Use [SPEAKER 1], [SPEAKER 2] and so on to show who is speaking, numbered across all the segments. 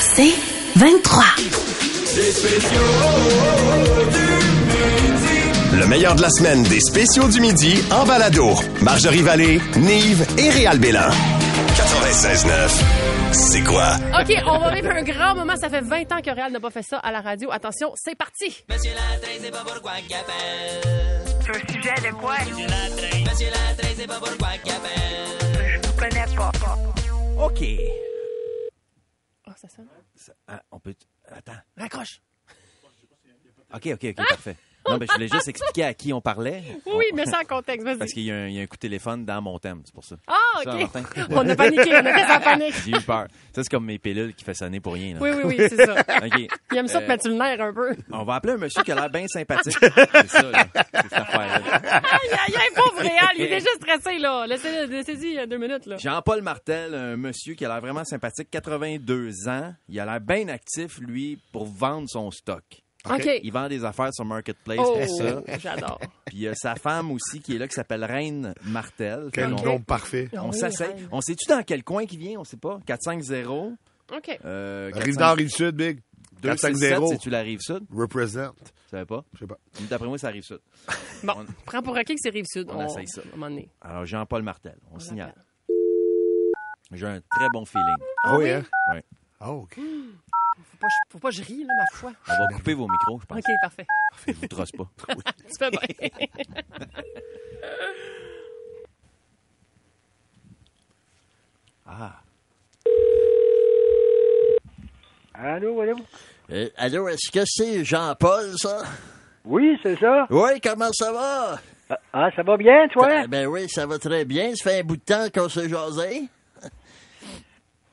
[SPEAKER 1] C'est 23.
[SPEAKER 2] Le meilleur de la semaine des spéciaux du midi en balado. Marjorie Vallée, Nive et Réal Bélan. 96.9, c'est quoi?
[SPEAKER 3] OK, on va vivre un grand moment. Ça fait 20 ans que Réal n'a pas fait ça à la radio. Attention, c'est parti.
[SPEAKER 4] Monsieur Latrin, c'est pas pourquoi qu'il appelle.
[SPEAKER 5] C'est un sujet de quoi?
[SPEAKER 4] Monsieur Latrin. Monsieur Latrin, c'est pas pourquoi qu'il appelle.
[SPEAKER 5] Je ne connais pas.
[SPEAKER 6] OK.
[SPEAKER 3] Oh, ça sonne.
[SPEAKER 6] Ça- ah, on peut. Attends.
[SPEAKER 3] Raccroche.
[SPEAKER 6] OK, OK, OK, parfait. Non, mais je voulais juste expliquer à qui on parlait.
[SPEAKER 3] Ah! Oui,
[SPEAKER 6] On-
[SPEAKER 3] mais sans contexte. Vas-y.
[SPEAKER 6] Parce qu'il y, a un- il y a un coup de téléphone dans mon thème, c'est pour ça.
[SPEAKER 3] Ah,
[SPEAKER 6] Ça,
[SPEAKER 3] OK.
[SPEAKER 6] Martin.
[SPEAKER 3] on a paniqué. On a fait sa panique.
[SPEAKER 6] J'ai eu peur. Ça, c'est comme mes pilules qui fait sonner pour rien. là.
[SPEAKER 3] Oui, oui, oui, c'est ça.
[SPEAKER 6] OK.
[SPEAKER 3] Il aime ça te
[SPEAKER 6] Euh,
[SPEAKER 3] mettre sur le nerf un peu.
[SPEAKER 6] On va appeler un monsieur qui a l'air bien sympathique. c'est ça, là. C'est cette affaire-là.
[SPEAKER 3] Aïe, aïe, aïe, pauvre Réal. Il est déjà stressé, là. Laissez-le, laissez-y il y a deux minutes, là.
[SPEAKER 6] Jean-Paul Martel, un monsieur qui a l'air vraiment sympathique, 82 ans. Il a l'air bien actif, lui, pour vendre son stock.
[SPEAKER 3] OK.
[SPEAKER 6] Il vend des affaires sur Marketplace,
[SPEAKER 3] Oh,
[SPEAKER 6] tout ça.
[SPEAKER 3] j'adore.
[SPEAKER 6] Puis il y a sa femme aussi qui est là, qui s'appelle Reine Martel.
[SPEAKER 7] Quel
[SPEAKER 6] Donc,
[SPEAKER 7] nom parfait.
[SPEAKER 6] On
[SPEAKER 3] Oui,
[SPEAKER 6] s'asseye.
[SPEAKER 3] Reine.
[SPEAKER 6] On sait-tu dans quel coin qui vient? On sait pas. 450.
[SPEAKER 3] OK.
[SPEAKER 6] Euh,
[SPEAKER 7] Rive nord, rive sud, big.
[SPEAKER 6] 267,
[SPEAKER 7] 450.
[SPEAKER 6] c'est-tu la rive sud?
[SPEAKER 7] Represent.
[SPEAKER 6] Je savais pas.
[SPEAKER 7] Je sais pas.
[SPEAKER 6] D'après moi, c'est la rive sud.
[SPEAKER 3] Bon,
[SPEAKER 6] on-
[SPEAKER 3] prends pour acquis que c'est Rive-Sud.
[SPEAKER 6] on essaye ça.
[SPEAKER 3] À un moment donné.
[SPEAKER 6] Alors, Jean-Paul Martel, on, signale.
[SPEAKER 3] l'appelle.
[SPEAKER 6] J'ai un très bon feeling.
[SPEAKER 7] Oh, oui, hein?
[SPEAKER 6] Ouais.
[SPEAKER 7] Ah, OK.
[SPEAKER 3] Faut pas, faut pas que je rie, là, ma foi.
[SPEAKER 6] On va couper vos micros, je pense.
[SPEAKER 3] OK, parfait.
[SPEAKER 6] Je vous trosse pas.
[SPEAKER 3] Tu fais bien.
[SPEAKER 6] Ah.
[SPEAKER 8] Allô, allô?
[SPEAKER 6] Euh, allô, est-ce que c'est Jean-Paul, ça?
[SPEAKER 8] Oui, c'est ça.
[SPEAKER 6] Oui, comment ça va?
[SPEAKER 8] Ah, Ah, ça va bien, toi?
[SPEAKER 6] Ben oui, ça va très bien. Ça fait un bout de temps qu'on s'est jasé.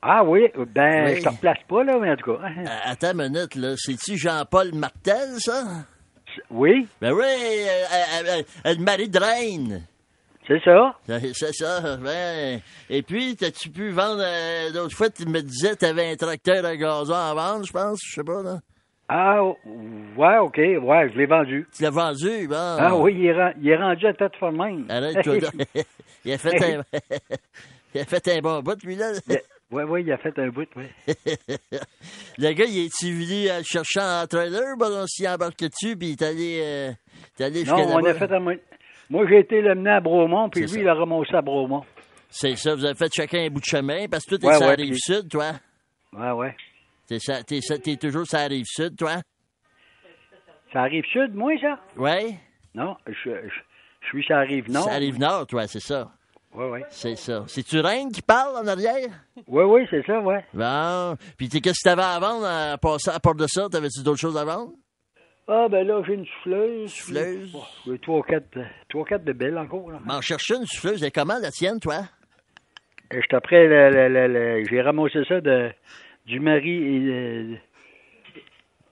[SPEAKER 8] Ah oui, ben,
[SPEAKER 6] Oui.
[SPEAKER 8] je te replace pas, là, mais en tout cas.
[SPEAKER 6] Attends une minute, là. C'est-tu Jean-Paul Martel, ça?
[SPEAKER 8] Oui,
[SPEAKER 6] Ben oui, euh, euh, euh, le mari de Reine.
[SPEAKER 8] c'est ça.
[SPEAKER 6] C'est c'est ça. Ben, et puis, t'as-tu pu vendre... euh, L'autre fois, tu me disais que t'avais un tracteur à gazon à vendre, je pense. Je sais pas, là.
[SPEAKER 8] Ah, ouais, OK, ouais, je l'ai vendu.
[SPEAKER 6] Tu l'as vendu, bon.
[SPEAKER 8] Ah oui, il est, ren- il est rendu à tête formée.
[SPEAKER 6] Arrête-toi Ah, là. Il a fait un... Il a fait un bon bout, lui, là.
[SPEAKER 8] Oui, oui, il a fait un bout, oui.
[SPEAKER 6] Le gars, il est-tu venu à le chercher en trailer? Bon, on s'y embarque dessus, puis il est allé... euh, il est allé
[SPEAKER 8] Non,
[SPEAKER 6] jusqu'à
[SPEAKER 8] on a
[SPEAKER 6] là-bas.
[SPEAKER 8] fait un... mo- Moi, j'ai été l'amener à Bromont, puis
[SPEAKER 6] C'est
[SPEAKER 8] lui,
[SPEAKER 6] ça.
[SPEAKER 8] il a remonté à Bromont.
[SPEAKER 6] C'est ça, vous avez fait chacun un bout de chemin, parce que toi, t'es
[SPEAKER 8] Ouais,
[SPEAKER 6] sur la
[SPEAKER 8] ouais,
[SPEAKER 6] rive
[SPEAKER 8] puis-
[SPEAKER 6] sud, toi.
[SPEAKER 8] Ouais, ouais.
[SPEAKER 6] T'es sur- T'es sur- t'es toujours sur la rive sud, toi?
[SPEAKER 8] Ça arrive sud, moi, ça?
[SPEAKER 6] Ouais?
[SPEAKER 8] Non, je, je, je suis ça arrive nord.
[SPEAKER 6] Ça arrive nord, toi, c'est ça.
[SPEAKER 8] Oui, oui.
[SPEAKER 6] C'est ça. C'est-tu Reine qui parle en arrière?
[SPEAKER 8] Oui, oui, c'est ça, ouais.
[SPEAKER 6] Bon. Puis t'es- qu'est-ce que t'avais à vendre à, passer- à part de ça? T'avais-tu d'autres choses à vendre?
[SPEAKER 8] Ah, ben là, j'ai une souffleuse.
[SPEAKER 6] Souffleuse.
[SPEAKER 8] Oh, J'ai trois, quatre, trois, quatre bébelles encore. Là.
[SPEAKER 6] M'en chercher une souffleuse. Et comment la tienne, toi?
[SPEAKER 8] Et je après, le, le- le- le- j'ai ramassé ça de, du mari et euh,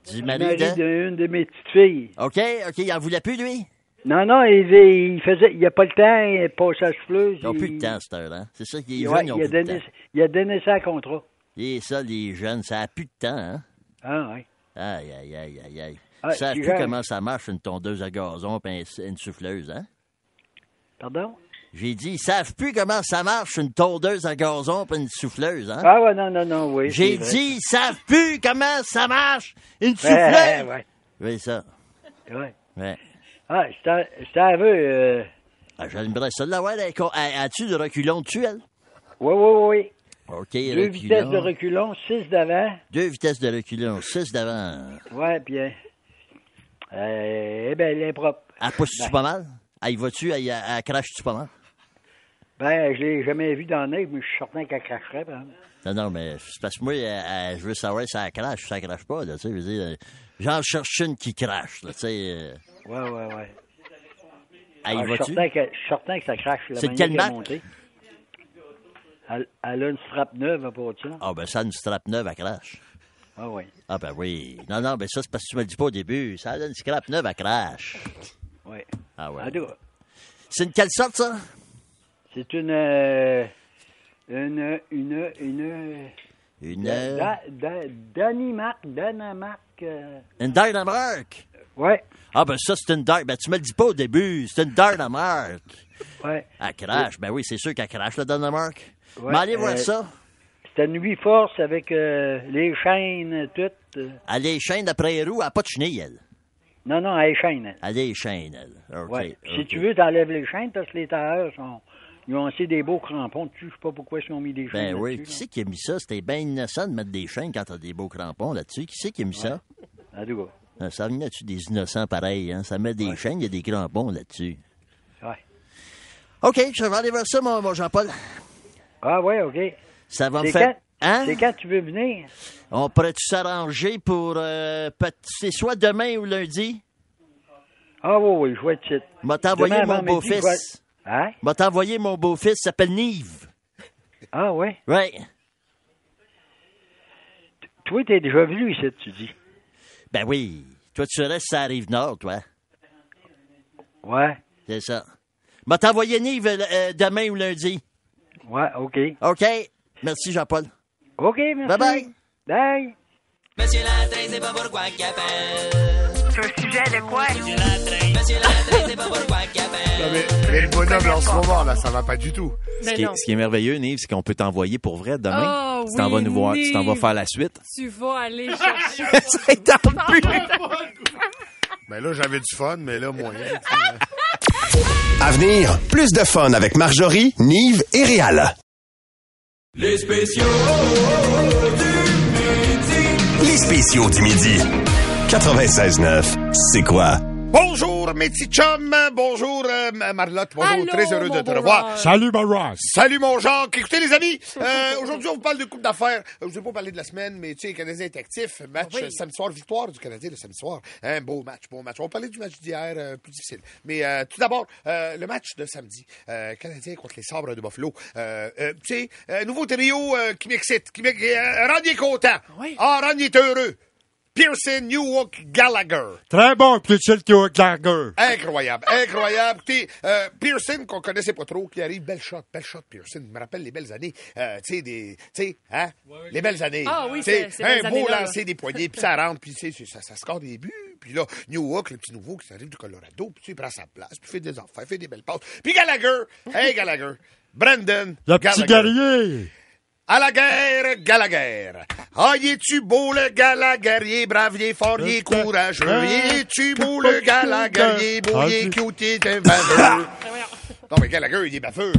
[SPEAKER 6] Du
[SPEAKER 8] du
[SPEAKER 6] mari
[SPEAKER 8] mari
[SPEAKER 6] de...
[SPEAKER 8] d'une de mes petites filles.
[SPEAKER 6] OK, OK, il en voulait plus, lui?
[SPEAKER 8] Non, non, il, il faisait, il a pas le temps, il passe à la souffleuse.
[SPEAKER 6] Ils n'ont plus
[SPEAKER 8] il-
[SPEAKER 6] de temps, à cette heure-là. hein. C'est ça qu'ils
[SPEAKER 8] il-
[SPEAKER 6] jeunes,
[SPEAKER 8] ouais,
[SPEAKER 6] ils ont
[SPEAKER 8] il, a
[SPEAKER 6] plus de
[SPEAKER 8] donné,
[SPEAKER 6] temps.
[SPEAKER 8] il a donné ça à contrat.
[SPEAKER 6] Et ça, les jeunes, ça n'a plus de temps, hein?
[SPEAKER 8] Ah, ouais.
[SPEAKER 6] Aïe, aïe, aïe, aïe, aïe.
[SPEAKER 8] Ah,
[SPEAKER 6] ça a
[SPEAKER 8] puis
[SPEAKER 6] plus
[SPEAKER 8] Jean-
[SPEAKER 6] comment ça marche, une tondeuse à gazon puis un- une souffleuse, hein?
[SPEAKER 8] Pardon?
[SPEAKER 6] J'ai dit, ils savent plus comment ça marche, une tondeuse à gazon puis une souffleuse, hein?
[SPEAKER 8] Ah, ouais, non, non, non, oui.
[SPEAKER 6] J'ai
[SPEAKER 8] c'est vrai.
[SPEAKER 6] dit, ils savent plus comment ça marche, une
[SPEAKER 8] Ouais,
[SPEAKER 6] souffleuse!
[SPEAKER 8] ouais,
[SPEAKER 6] Oui, ça,
[SPEAKER 8] ouais, ouais.
[SPEAKER 6] ouais.
[SPEAKER 8] Ah, c'était c'était aveu. Euh...
[SPEAKER 6] Ah, J'aimerais ça de la voir, elle est con- elle- As-tu du reculon dessus, elle?
[SPEAKER 8] Oui, oui,
[SPEAKER 6] OK,
[SPEAKER 8] oui. Deux
[SPEAKER 6] reculon.
[SPEAKER 8] vitesses de reculons, six d'avant.
[SPEAKER 6] Deux vitesses de reculon, six d'avant.
[SPEAKER 8] Ouais, puis. Euh, euh, eh ben, elle est propre.
[SPEAKER 6] Elle pousse-tu pas mal? Elle y va-tu? Elle, elle- elle crache-tu pas mal?
[SPEAKER 8] Ben, je l'ai jamais vu dans le nez, mais je suis certain qu'elle cracherait. par exemple.
[SPEAKER 6] Non, non, mais c'est parce que moi, euh, euh, je veux savoir si ça crache ou ça crache pas, là, tu sais, je veux dire, euh, j'en cherche une qui crache, là, tu sais, euh,
[SPEAKER 8] Ouais, ouais, ouais.
[SPEAKER 6] elle
[SPEAKER 8] Ah,
[SPEAKER 6] y
[SPEAKER 8] je, suis
[SPEAKER 6] va-tu?
[SPEAKER 8] certain que, je suis certain que ça crache. la
[SPEAKER 6] C'est de
[SPEAKER 8] manière
[SPEAKER 6] quelle
[SPEAKER 8] qu'elle est
[SPEAKER 6] marque?
[SPEAKER 8] montée. Elle, elle a une frappe neuve à part de ça.
[SPEAKER 6] Ah, ben ça, une strap neuve, elle crache.
[SPEAKER 8] Ah, oui.
[SPEAKER 6] Ah, ben oui. Non, non, ben ça, c'est parce que tu me le dis pas au début. Ça, là, une strap neuve, elle crache.
[SPEAKER 8] Ouais.
[SPEAKER 6] Ah, ouais.
[SPEAKER 8] En tout cas,
[SPEAKER 6] C'est une quelle sorte, ça?
[SPEAKER 8] c'est une. euh, une. Une. Une.
[SPEAKER 6] Une, euh,
[SPEAKER 8] Da- da- Danimark. Danimark. euh,
[SPEAKER 6] une Dynamark.
[SPEAKER 8] ouais,
[SPEAKER 6] Ah, ben ça, c'est une Dynamark. Ben tu me le dis pas au début. C'est une Dynamark.
[SPEAKER 8] ouais.
[SPEAKER 6] Elle crache. Ben oui, c'est sûr qu'elle crache, la Dynamark.
[SPEAKER 8] Ouais,
[SPEAKER 6] mais allez voir
[SPEAKER 8] euh,
[SPEAKER 6] ça.
[SPEAKER 8] C'était une huit forces avec euh, les chaînes, toutes. euh.
[SPEAKER 6] Elle est chaîne d'après Ah, les roues, elle n'a pas de chenille, elle.
[SPEAKER 8] Non, non, les chaînes.
[SPEAKER 6] Elle est chaîne, elle. OK,
[SPEAKER 8] Ouais. Si
[SPEAKER 6] OK.
[SPEAKER 8] tu veux, t'enlèves les chaînes parce que les tailleurs sont. Ils ont aussi des beaux crampons dessus. Je sais pas pourquoi ils ont mis des
[SPEAKER 6] Ben
[SPEAKER 8] chaînes.
[SPEAKER 6] oui, qui
[SPEAKER 8] dessus,
[SPEAKER 6] c'est qui a mis ça? C'était bien innocent de mettre des chaînes quand t'as des beaux crampons là-dessus. Qui c'est qui a mis ça?
[SPEAKER 8] là. En tout
[SPEAKER 6] Ah, Ça venait-tu des innocents pareils, hein? Ça met des chaînes, il y a des crampons là-dessus.
[SPEAKER 8] cas. Ouais.
[SPEAKER 6] OK, je vais aller voir ça, mon, mon Jean-Paul.
[SPEAKER 3] Ben
[SPEAKER 8] Ah ouais, OK.
[SPEAKER 6] Ça va me
[SPEAKER 8] C'est
[SPEAKER 6] faire...
[SPEAKER 8] quand?
[SPEAKER 6] Hein?
[SPEAKER 8] C'est quand tu veux venir?
[SPEAKER 6] On pourrait-tu s'arranger pour... euh, peut- c'est soit demain ou lundi?
[SPEAKER 8] Ah oui, oui, je vais être ici.
[SPEAKER 6] M'a t'envoyé
[SPEAKER 8] Demain
[SPEAKER 6] mon
[SPEAKER 8] avant midi, je vais
[SPEAKER 6] beau-fils.
[SPEAKER 8] être- Hein?
[SPEAKER 6] M'a t'envoyé mon beau-fils, il s'appelle Nive.
[SPEAKER 8] Ah ouais.
[SPEAKER 6] Ouais.
[SPEAKER 8] Toi, t'es déjà venu ici, tu dis.
[SPEAKER 6] Ben oui. Toi, tu restes ça arrive nord, toi.
[SPEAKER 8] Ouais.
[SPEAKER 6] C'est ça. M'a t'envoyé Nive euh, euh, demain ou lundi.
[SPEAKER 8] Ouais, OK.
[SPEAKER 6] OK. Merci, Jean-Paul.
[SPEAKER 8] OK, merci.
[SPEAKER 6] Bye-bye.
[SPEAKER 8] Bye.
[SPEAKER 4] Monsieur Latrain, c'est pas pourquoi qu'il appelle.
[SPEAKER 5] C'est un sujet de quoi?
[SPEAKER 4] Monsieur Latrain, c'est pas pourquoi qu'il appelle.
[SPEAKER 7] Non, mais, mais le bonhomme, là, en ce moment, là, ça va pas du tout.
[SPEAKER 9] Ce
[SPEAKER 3] Mais
[SPEAKER 9] qui,
[SPEAKER 3] Ben non.
[SPEAKER 9] est, ce qui est merveilleux, Nive, c'est qu'on peut t'envoyer pour vrai demain.
[SPEAKER 3] Oh,
[SPEAKER 9] tu t'en
[SPEAKER 3] oui,
[SPEAKER 9] vas nous voir, tu t'en vas
[SPEAKER 3] Nive.
[SPEAKER 9] faire la suite.
[SPEAKER 3] Tu vas aller chercher.
[SPEAKER 9] Ça y tente plus.
[SPEAKER 7] Ben là, j'avais du fun, mais là, moyen.
[SPEAKER 2] À venir, plus de fun avec Marjorie, Nive et Réal. Les spéciaux du midi. Les spéciaux du midi. 96.9, c'est quoi?
[SPEAKER 7] Bonjour, mes petits chums. Bonjour, euh, Ma- Marlotte. Bonjour,
[SPEAKER 3] Allô,
[SPEAKER 7] très heureux
[SPEAKER 3] mon
[SPEAKER 7] de te
[SPEAKER 3] bon
[SPEAKER 7] revoir.
[SPEAKER 3] Ross.
[SPEAKER 7] Salut, mon Salut, mon Jacques. Écoutez, les amis, euh, aujourd'hui, on vous parle de Coupe d'affaires. Euh, Je ne vais pas parler de la semaine, mais tu sais, le Canadien est actif. Match
[SPEAKER 3] Oui.
[SPEAKER 7] euh, samedi soir, victoire du Canadien le samedi soir. Un beau match, beau match. On va parler du match d'hier, euh, plus difficile. Mais euh, tout d'abord, euh, le match de samedi. Euh, Canadien contre les Sabres de Buffalo. Euh, euh, tu sais, euh, nouveau trio euh, qui m'excite, qui m'ex- euh, Randy est content.
[SPEAKER 3] Oui.
[SPEAKER 7] Ah, Randy est heureux. Pearson, Newhook, Gallagher.
[SPEAKER 10] Très bon, plus chill que Gallagher.
[SPEAKER 7] Incroyable, incroyable. Écoutez, euh, Pearson, qu'on connaissait pas trop, qui arrive, belle shot, belle shot, Pearson. Je me rappelle les belles années, euh, tu sais, des, tu sais, hein, les belles années.
[SPEAKER 3] Ah oui,
[SPEAKER 7] Tu sais,
[SPEAKER 3] c'est- c'est les
[SPEAKER 7] Un beau
[SPEAKER 3] années-là,
[SPEAKER 7] lancer des poignées, puis ça rentre, puis tu sais, ça, ça score des buts. Puis là, Newhook, le petit nouveau qui arrive du Colorado, puis tu sais, il prend sa place, puis fait des affaires, fait des belles passes. Puis Gallagher, hey Gallagher, Brandon,
[SPEAKER 10] Le petit
[SPEAKER 7] Gallagher.
[SPEAKER 10] guerrier.
[SPEAKER 7] À la guerre, Gallagher. Ah, y es-tu beau le Gallagher, y est brave, y est fort, y est courageux. Y es-tu beau le Gallagher, y est beau, y est cute, y est un baveux. Non, mais Gallagher, il est baveux.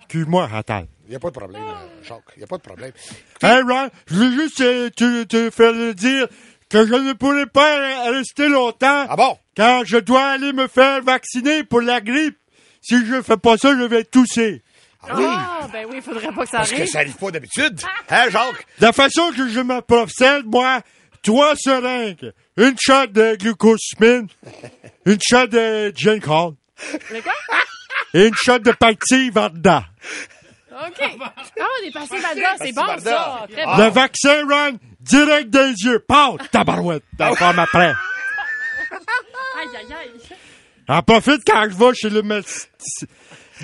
[SPEAKER 10] Excuse-moi, attends.
[SPEAKER 7] Y a pas de problème,
[SPEAKER 3] Ah.
[SPEAKER 7] euh, Jacques. Y a pas de problème.
[SPEAKER 10] Hey, Ron, je veux juste euh, te, te faire le dire que je ne pourrai pas rester longtemps.
[SPEAKER 7] Ah bon?
[SPEAKER 10] Car je dois aller me faire vacciner pour la grippe. Si je fais pas ça, je vais tousser.
[SPEAKER 7] Ah oui,
[SPEAKER 3] Ah, ben oui, faudrait pas que ça
[SPEAKER 7] parce que
[SPEAKER 3] arrive.
[SPEAKER 7] ça arrive pas d'habitude. Hein, Jacques?
[SPEAKER 10] De la façon que je me procède, moi, trois seringues, une shot de glucosamine, une shot de gin Call
[SPEAKER 3] Mais quoi?
[SPEAKER 10] et une shot de pactive en dedans.
[SPEAKER 3] OK. Ah, on est passé Ah. Varda. C'est bon,
[SPEAKER 7] Varda.
[SPEAKER 3] ça. Très
[SPEAKER 11] Ah.
[SPEAKER 3] bon.
[SPEAKER 10] Le vaccin, Ron, direct des yeux. Pow! Tabarouette! T'en forme après.
[SPEAKER 3] Aïe, aïe, aïe.
[SPEAKER 10] En profite quand je vais chez le médecin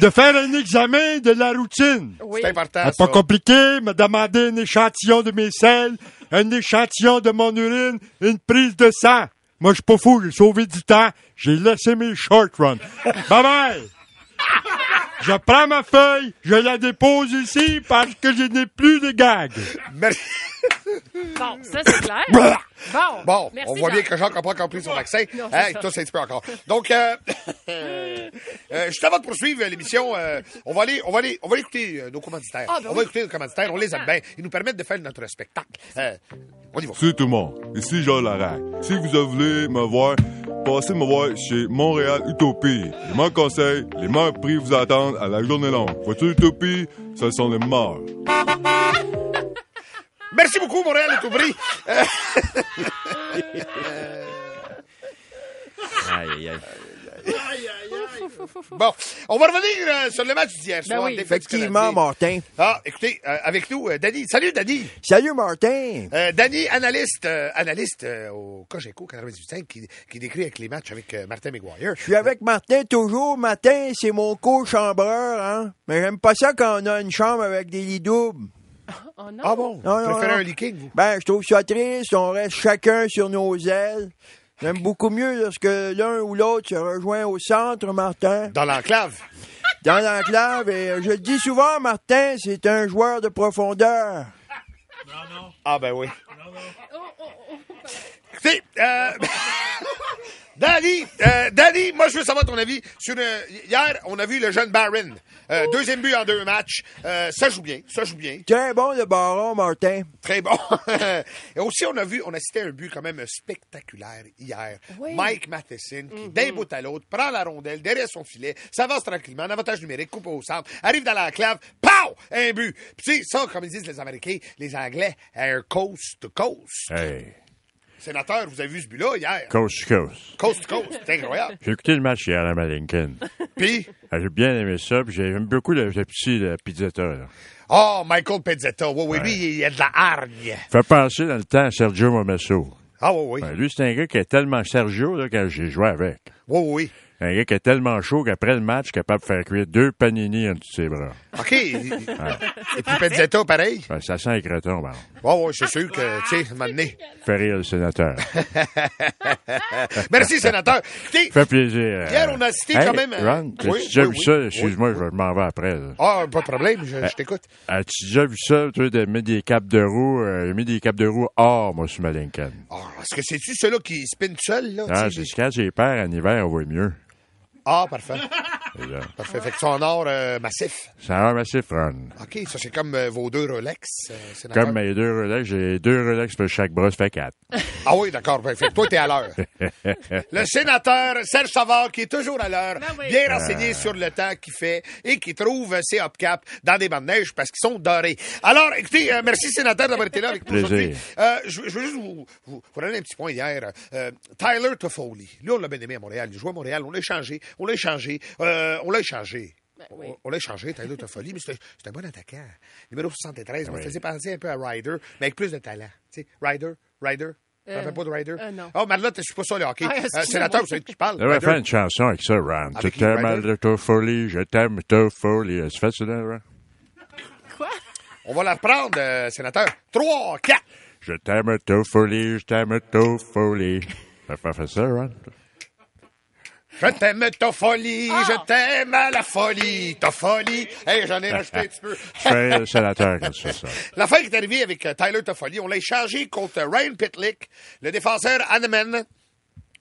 [SPEAKER 10] de faire un examen de la routine.
[SPEAKER 3] Oui.
[SPEAKER 7] C'est important,
[SPEAKER 10] C'est pas
[SPEAKER 7] ça.
[SPEAKER 10] compliqué, me demander un échantillon de mes selles, un échantillon de mon urine, une prise de sang. Moi, je suis pas fou, j'ai sauvé du temps, j'ai laissé mes short runs. Bye bye! Je prends ma feuille, je la dépose ici parce que je n'ai plus de gag.
[SPEAKER 7] Merci.
[SPEAKER 3] Bon, ça, c'est clair. Bon.
[SPEAKER 7] Bon,
[SPEAKER 3] Merci,
[SPEAKER 7] on voit bien
[SPEAKER 3] Jean.
[SPEAKER 7] que Jacques n'a pas compris son vaccin.
[SPEAKER 3] Non, c'est
[SPEAKER 7] Hein,
[SPEAKER 3] ça.
[SPEAKER 7] tout c'est un petit peu encore. Donc, euh, euh, juste avant de poursuivre l'émission, euh, on va aller, on va aller, on va aller écouter euh, nos commanditaires.
[SPEAKER 3] Ah, ben
[SPEAKER 7] on va
[SPEAKER 3] oui. Ah.
[SPEAKER 7] écouter nos commanditaires, on les aime bien. Ils nous permettent de faire notre spectacle. Euh, on y va.
[SPEAKER 10] C'est tout le monde. Ici Jean Larac. Si vous voulez me voir, passez me voir chez Montréal Utopie. Les meilleurs conseils, les meilleurs prix vous attendent à la journée longue. Voiture Utopie, ce sont les morts.
[SPEAKER 7] Merci beaucoup, Montréal et Toubry. Euh,
[SPEAKER 9] Aïe, aïe, aïe.
[SPEAKER 7] bon, on va revenir euh, sur le match d'hier
[SPEAKER 9] Ben
[SPEAKER 7] soir.
[SPEAKER 3] oui.
[SPEAKER 7] défaite du
[SPEAKER 9] Effectivement,
[SPEAKER 7] Canadien.
[SPEAKER 9] Martin.
[SPEAKER 7] Ah, écoutez, euh, avec nous, euh, Danny. Salut, Danny.
[SPEAKER 9] Salut, Martin.
[SPEAKER 7] Euh, Danny, analyste, euh, analyste euh, au Cogeco 98.5, qui, qui décrit avec les matchs avec euh, Martin McGuire.
[SPEAKER 9] Je suis avec Martin toujours. Martin, c'est mon co-chambreur, hein. Mais j'aime pas ça quand on a une chambre avec des lits doubles.
[SPEAKER 3] Oh, non.
[SPEAKER 7] Ah bon?
[SPEAKER 9] Non,
[SPEAKER 7] vous
[SPEAKER 9] non,
[SPEAKER 7] préférez
[SPEAKER 9] non.
[SPEAKER 7] un leaking, vous?
[SPEAKER 9] Ben, je trouve ça triste. On reste chacun sur nos ailes. J'aime beaucoup mieux lorsque l'un ou l'autre se rejoint au centre, Martin,
[SPEAKER 7] Dans l'enclave.
[SPEAKER 9] dans l'enclave. Et euh, je le dis souvent, Martin, c'est un joueur de profondeur.
[SPEAKER 7] Ah, ben oui. Écoutez, euh, Danny, euh, Danny, moi, je veux savoir ton avis. Sur le- Hier, on a vu le jeune Barron. Euh, deuxième but en deux matchs. Euh, ça joue bien, ça joue bien.
[SPEAKER 9] Très bon le baron, Martin.
[SPEAKER 7] Hein? Très bon. Et aussi, on a vu, on a cité un but quand même spectaculaire hier.
[SPEAKER 3] Oui.
[SPEAKER 7] Mike Matheson, qui d'un bout à l'autre, prend la rondelle derrière son filet, s'avance tranquillement, en avantage numérique, coupe au centre, arrive dans la clave, pow! Un but. Puis tu sais, ça, comme ils disent les Américains, les Anglais, un coast to coast.
[SPEAKER 12] Hey,
[SPEAKER 7] Sénateur, vous avez vu ce but-là hier?
[SPEAKER 12] coast to coast.
[SPEAKER 7] Coast to coast. C'est incroyable.
[SPEAKER 12] J'ai écouté le match hier à Malinkin. Ah,
[SPEAKER 7] Puis,
[SPEAKER 12] J'ai bien aimé ça, puis j'aime beaucoup le, le petit le pizzetta, là.
[SPEAKER 7] oh, Michael Pezzetta. Oui, oui, lui, il a de la hargne.
[SPEAKER 12] Fait penser dans le temps à Sergio Momesso.
[SPEAKER 7] Ah, oui, oui.
[SPEAKER 12] Ben, lui, c'est un gars qui est tellement Sergio, là, quand j'ai joué avec.
[SPEAKER 7] Oui, oui.
[SPEAKER 12] Un gars qui est tellement chaud qu'après le match, capable de faire cuire deux panini en dessous de ses bras.
[SPEAKER 7] OK. Et puis Pezzetta, pareil.
[SPEAKER 12] Ben, ça sent les cretons, bon.
[SPEAKER 7] Oh, oui, c'est sûr que, tu sais, un moment donné.
[SPEAKER 12] Fait rire le sénateur.
[SPEAKER 7] Merci, sénateur. Écoutez,
[SPEAKER 12] Fait plaisir.
[SPEAKER 7] Hier, on a cité
[SPEAKER 12] Hey,
[SPEAKER 7] quand même, euh,
[SPEAKER 12] Ron, t'as-tu
[SPEAKER 7] oui,
[SPEAKER 12] déjà
[SPEAKER 7] oui,
[SPEAKER 12] vu
[SPEAKER 7] oui,
[SPEAKER 12] ça?
[SPEAKER 7] oui.
[SPEAKER 12] Excuse-moi, je m'en vais après. là.
[SPEAKER 7] ah, pas de problème, je, je t'écoute.
[SPEAKER 12] As-tu déjà vu ça, tu de mettre des capes de roue? euh, J'ai mis des capes de roue or, moi, sur ma Lincoln.
[SPEAKER 7] Ah, est-ce que c'est-tu celui-là qui spin tout seul, là?
[SPEAKER 12] Ah,
[SPEAKER 7] tu sais,
[SPEAKER 12] c'est quand j'ai peur en hiver, on voit mieux.
[SPEAKER 7] ah, parfait.
[SPEAKER 12] Et là,
[SPEAKER 7] Parfait. Fait que c'est en or euh, massif.
[SPEAKER 12] C'est un homme assez fun.
[SPEAKER 7] OK, ça, c'est comme euh, vos deux Rolex, euh, sénateur.
[SPEAKER 12] Comme mes deux relax, j'ai deux relax pour chaque bras, ça fait quatre.
[SPEAKER 7] Ah oui, d'accord. Fait que toi, t'es à l'heure. le sénateur Serge Savard, qui est toujours à l'heure,
[SPEAKER 3] Ben oui.
[SPEAKER 7] bien renseigné
[SPEAKER 12] Ah.
[SPEAKER 7] sur le temps qu'il fait et qui trouve ses hop-caps dans des bandes de neige parce qu'ils sont dorés. Alors, écoutez, euh, merci, sénateur, d'avoir été là avec nous
[SPEAKER 12] Plaisir.
[SPEAKER 7] aujourd'hui. Euh, je, veux- je veux juste vous, vous, vous donner un petit point hier. Euh, Tyler Toffoli, lui, on l'a bien aimé à Montréal. Il jouait à Montréal. On l'a échangé. On l'a échangé. Euh, on l'a échangé. On-
[SPEAKER 3] Ben oui.
[SPEAKER 7] On l'a échangé, Tyler Toffoli, mais c'est un- c'est un bon attaquant. Numéro 73, on
[SPEAKER 12] Ben Oui.
[SPEAKER 7] me faisait penser un peu à Ryder, mais avec plus de talent. Tu sais, Ryder, Ryder. Tu te rappelles pas de Ryder?
[SPEAKER 3] euh, non.
[SPEAKER 7] Oh, Marlotte, je suis pas ça, le hockey.
[SPEAKER 3] Ah,
[SPEAKER 7] Euh,
[SPEAKER 3] excuse-moi.
[SPEAKER 7] sénateur, vous savez de qui je parle?
[SPEAKER 12] On va
[SPEAKER 7] Ryder.
[SPEAKER 12] faire une chanson avec ça, Ron. Tu
[SPEAKER 7] Avec les
[SPEAKER 12] t'aimes
[SPEAKER 7] Riders?
[SPEAKER 12] de ta folie, je t'aime ta folie. Est-ce que tu fais ça, là, Ron?
[SPEAKER 3] Quoi?
[SPEAKER 7] On va la reprendre, euh, sénateur. 3, 4.
[SPEAKER 12] Je t'aime ta folie, je t'aime ta folie. T'as pas fait ça, Ron?
[SPEAKER 7] Je t'aime ta folie,
[SPEAKER 3] Ah!
[SPEAKER 7] je t'aime à la folie, ta folie. Hey, j'en ai rajouté un petit peu.
[SPEAKER 12] Tu fais le sénateur quand tu fais ça.
[SPEAKER 7] L'affaire qui est arrivée avec euh, Tyler Toffoli, on l'a échangé contre euh, Ryan Pitlick, le défenseur Hanneman.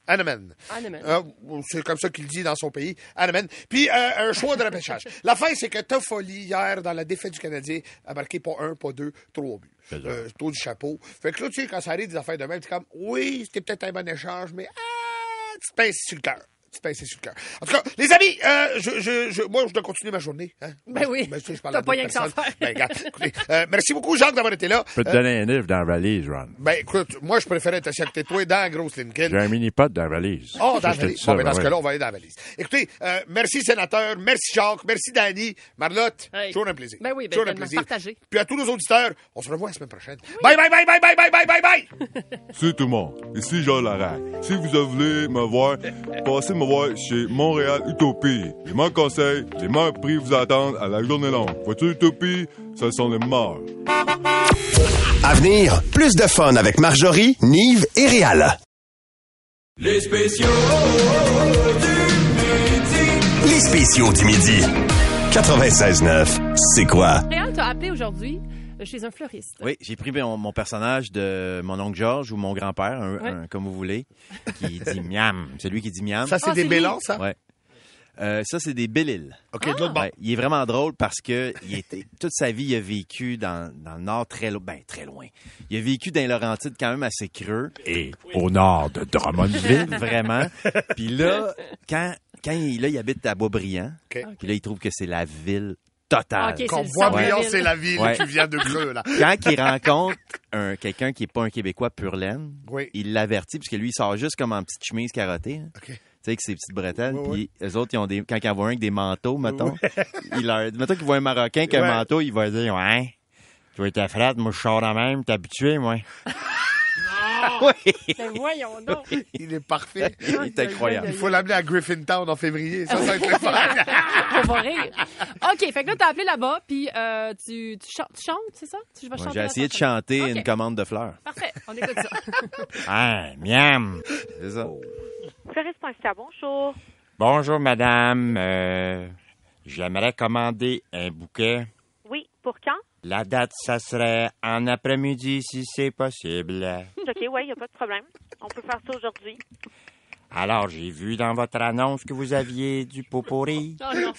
[SPEAKER 7] Hanneman.
[SPEAKER 3] Hanneman.
[SPEAKER 7] Euh, c'est comme ça qu'il dit dans son pays. Hanneman. Puis euh, un choix de repêchage. L'affaire, c'est que Toffoli, hier, dans la défaite du Canadien, a marqué pas un, pas deux, trois buts.
[SPEAKER 12] ça.
[SPEAKER 7] Euh, taux du chapeau. Fait que là, tu sais, quand ça arrive des affaires de même, c'est comme, oui, c'était peut-être un bon échange, mais ah, tu te pinces sur le cœur. Tu te pinces sur le cœur. En tout cas, les amis, euh, je, je, je- moi, je dois continuer ma journée. hein.
[SPEAKER 3] Ben oui.
[SPEAKER 7] tu sais, je parle
[SPEAKER 3] T'as
[SPEAKER 7] à
[SPEAKER 3] pas
[SPEAKER 7] d'autres
[SPEAKER 3] rien que ça à
[SPEAKER 7] personnes.
[SPEAKER 3] faire.
[SPEAKER 7] Ben, regarde, écoutez, euh, merci beaucoup, Jacques, d'avoir été là.
[SPEAKER 12] Je peux te
[SPEAKER 7] Euh,
[SPEAKER 12] donner un livre dans la valise, Ron.
[SPEAKER 7] ben, écoute, moi, je préférais être assis à côté de toi dans la grosse
[SPEAKER 12] J'ai
[SPEAKER 7] Lincoln.
[SPEAKER 12] un mini-pot dans la valise.
[SPEAKER 7] Oh, dans la
[SPEAKER 12] Juste te
[SPEAKER 7] valise.
[SPEAKER 12] dis
[SPEAKER 7] Bon, ben,
[SPEAKER 12] ben
[SPEAKER 7] dans ce
[SPEAKER 12] ouais.
[SPEAKER 7] cas-là, on va aller dans la valise. Écoutez, euh, merci, sénateur. Merci, Jacques. Merci, Danny. Marlotte,
[SPEAKER 3] Hey.
[SPEAKER 7] toujours un plaisir.
[SPEAKER 3] Ben oui, ben,
[SPEAKER 7] toujours un
[SPEAKER 3] tellement.
[SPEAKER 7] plaisir.
[SPEAKER 3] Partagez.
[SPEAKER 7] Puis à tous nos auditeurs, on se revoit la semaine prochaine. Bye, bye, bye, bye, bye, bye, bye, bye, bye.
[SPEAKER 13] Salut tout le monde, ici Jean Larac. Si vous voulez me voir, passez me voir chez Montréal Utopie. Les meilleurs conseils, les meilleurs prix vous attendent à la journée longue. Voiture Utopie, ce sont les meilleurs.
[SPEAKER 2] À venir, plus de fun avec Marjorie, Nive et Réal.
[SPEAKER 14] Les spéciaux.
[SPEAKER 2] Les spéciaux du midi. 96.9, c'est quoi?
[SPEAKER 3] Réal t'a appelé aujourd'hui euh, chez un fleuriste.
[SPEAKER 15] Oui, j'ai pris mon, mon personnage de mon oncle Georges ou mon grand-père, un-
[SPEAKER 3] Ouais.
[SPEAKER 15] un- comme vous voulez, qui dit miam. C'est lui qui dit miam.
[SPEAKER 7] Ça, c'est
[SPEAKER 3] Ah,
[SPEAKER 7] des
[SPEAKER 3] c'est
[SPEAKER 7] bélans,
[SPEAKER 3] lui.
[SPEAKER 7] ça?
[SPEAKER 15] Ouais. Euh, ça, c'est des Bélil.
[SPEAKER 7] OK, de l'autre bord.
[SPEAKER 15] Ouais, il est vraiment drôle parce que il était, toute sa vie, il a vécu dans, dans le nord très, lo- ben, très loin. Il a vécu dans les Laurentides quand même assez creux.
[SPEAKER 12] Et au nord de Drummondville.
[SPEAKER 15] vraiment. Puis là, quand, quand il est là, il habite à Boisbriand.
[SPEAKER 7] OK.
[SPEAKER 15] Puis là, il trouve que c'est la ville totale.
[SPEAKER 3] Ah, Ok,
[SPEAKER 7] Quand
[SPEAKER 3] C'est le
[SPEAKER 7] voit
[SPEAKER 3] centre-ville.
[SPEAKER 7] brillant, c'est la ville
[SPEAKER 15] Ouais.
[SPEAKER 7] qui vient de creux, là.
[SPEAKER 15] Quand il rencontre un, quelqu'un qui n'est pas un Québécois pur laine,
[SPEAKER 7] Oui.
[SPEAKER 15] il l'avertit, parce que lui, il sort juste comme en petite chemise carottée. hein.
[SPEAKER 7] OK.
[SPEAKER 15] Tu sais, avec ses petites bretelles.
[SPEAKER 7] Oui,
[SPEAKER 15] Puis eux autres, ils ont des, quand ils en voient un avec des manteaux, mettons, il leur, mettons qu'ils voient un Marocain avec un
[SPEAKER 7] Ouais.
[SPEAKER 15] manteau, il va dire Ouais, tu vas être à frette, moi je sors la même, t'es habitué, moi.
[SPEAKER 3] Ben voyons donc.
[SPEAKER 7] Il est parfait.
[SPEAKER 15] Il est incroyable. Ah
[SPEAKER 7] Il faut l'amener à Griffintown en février. Ça, ça va être le fun.
[SPEAKER 3] On va rire. OK, fait que là, t'as appelé là-bas, puis euh, tu, tu, chan- tu chantes, c'est ça? Tu vas
[SPEAKER 15] Moi,
[SPEAKER 3] chanter
[SPEAKER 15] J'ai
[SPEAKER 3] la
[SPEAKER 15] essayé de
[SPEAKER 3] chanson.
[SPEAKER 15] chanter
[SPEAKER 3] Ok.
[SPEAKER 15] une commande de fleurs.
[SPEAKER 3] Parfait, on écoute ça.
[SPEAKER 15] Ah, miam! C'est ça.
[SPEAKER 5] Fleuris.ca, bonjour.
[SPEAKER 15] Bonjour, madame. Euh, J'aimerais commander un bouquet
[SPEAKER 5] Oui, pour quand?
[SPEAKER 16] La date, ça serait en après-midi si c'est possible.
[SPEAKER 5] OK, ouais, il n'y a pas de problème. On peut faire ça aujourd'hui.
[SPEAKER 16] Alors, j'ai vu dans votre annonce que vous aviez du pot pourri.
[SPEAKER 5] Non, non.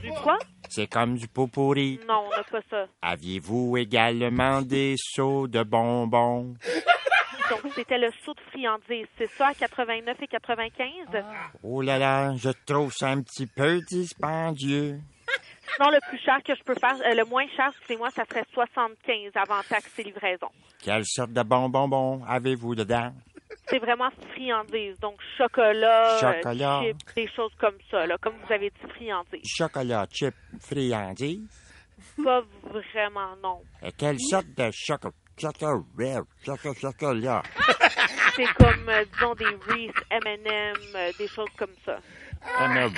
[SPEAKER 5] Du quoi?
[SPEAKER 16] C'est comme du pot pourri.
[SPEAKER 5] Non, on n'a pas ça.
[SPEAKER 16] Aviez-vous également des seaux de bonbons?
[SPEAKER 5] Donc, c'était le saut de friandises. C'est ça, à 89 et 95?
[SPEAKER 16] Oh là là, je trouve ça un petit peu dispendieux.
[SPEAKER 5] Sinon, le plus cher que je peux faire, euh, le moins cher, excusez-moi, ça serait 75 avant taxe et livraison.
[SPEAKER 16] Quelle sorte de bonbons avez-vous dedans?
[SPEAKER 5] C'est vraiment friandises. Donc, chocolat, euh,
[SPEAKER 16] Chocolat.
[SPEAKER 5] chips, des choses comme ça, là, comme vous avez dit, friandises.
[SPEAKER 16] Chocolat, chip, friandise.
[SPEAKER 5] Pas vraiment, non.
[SPEAKER 16] Et quelle sorte de chocolat? Chocolat, chocolat, chocolat.
[SPEAKER 5] C'est comme, euh, disons, des Reese, M&M, euh, des choses comme ça.
[SPEAKER 16] M&M,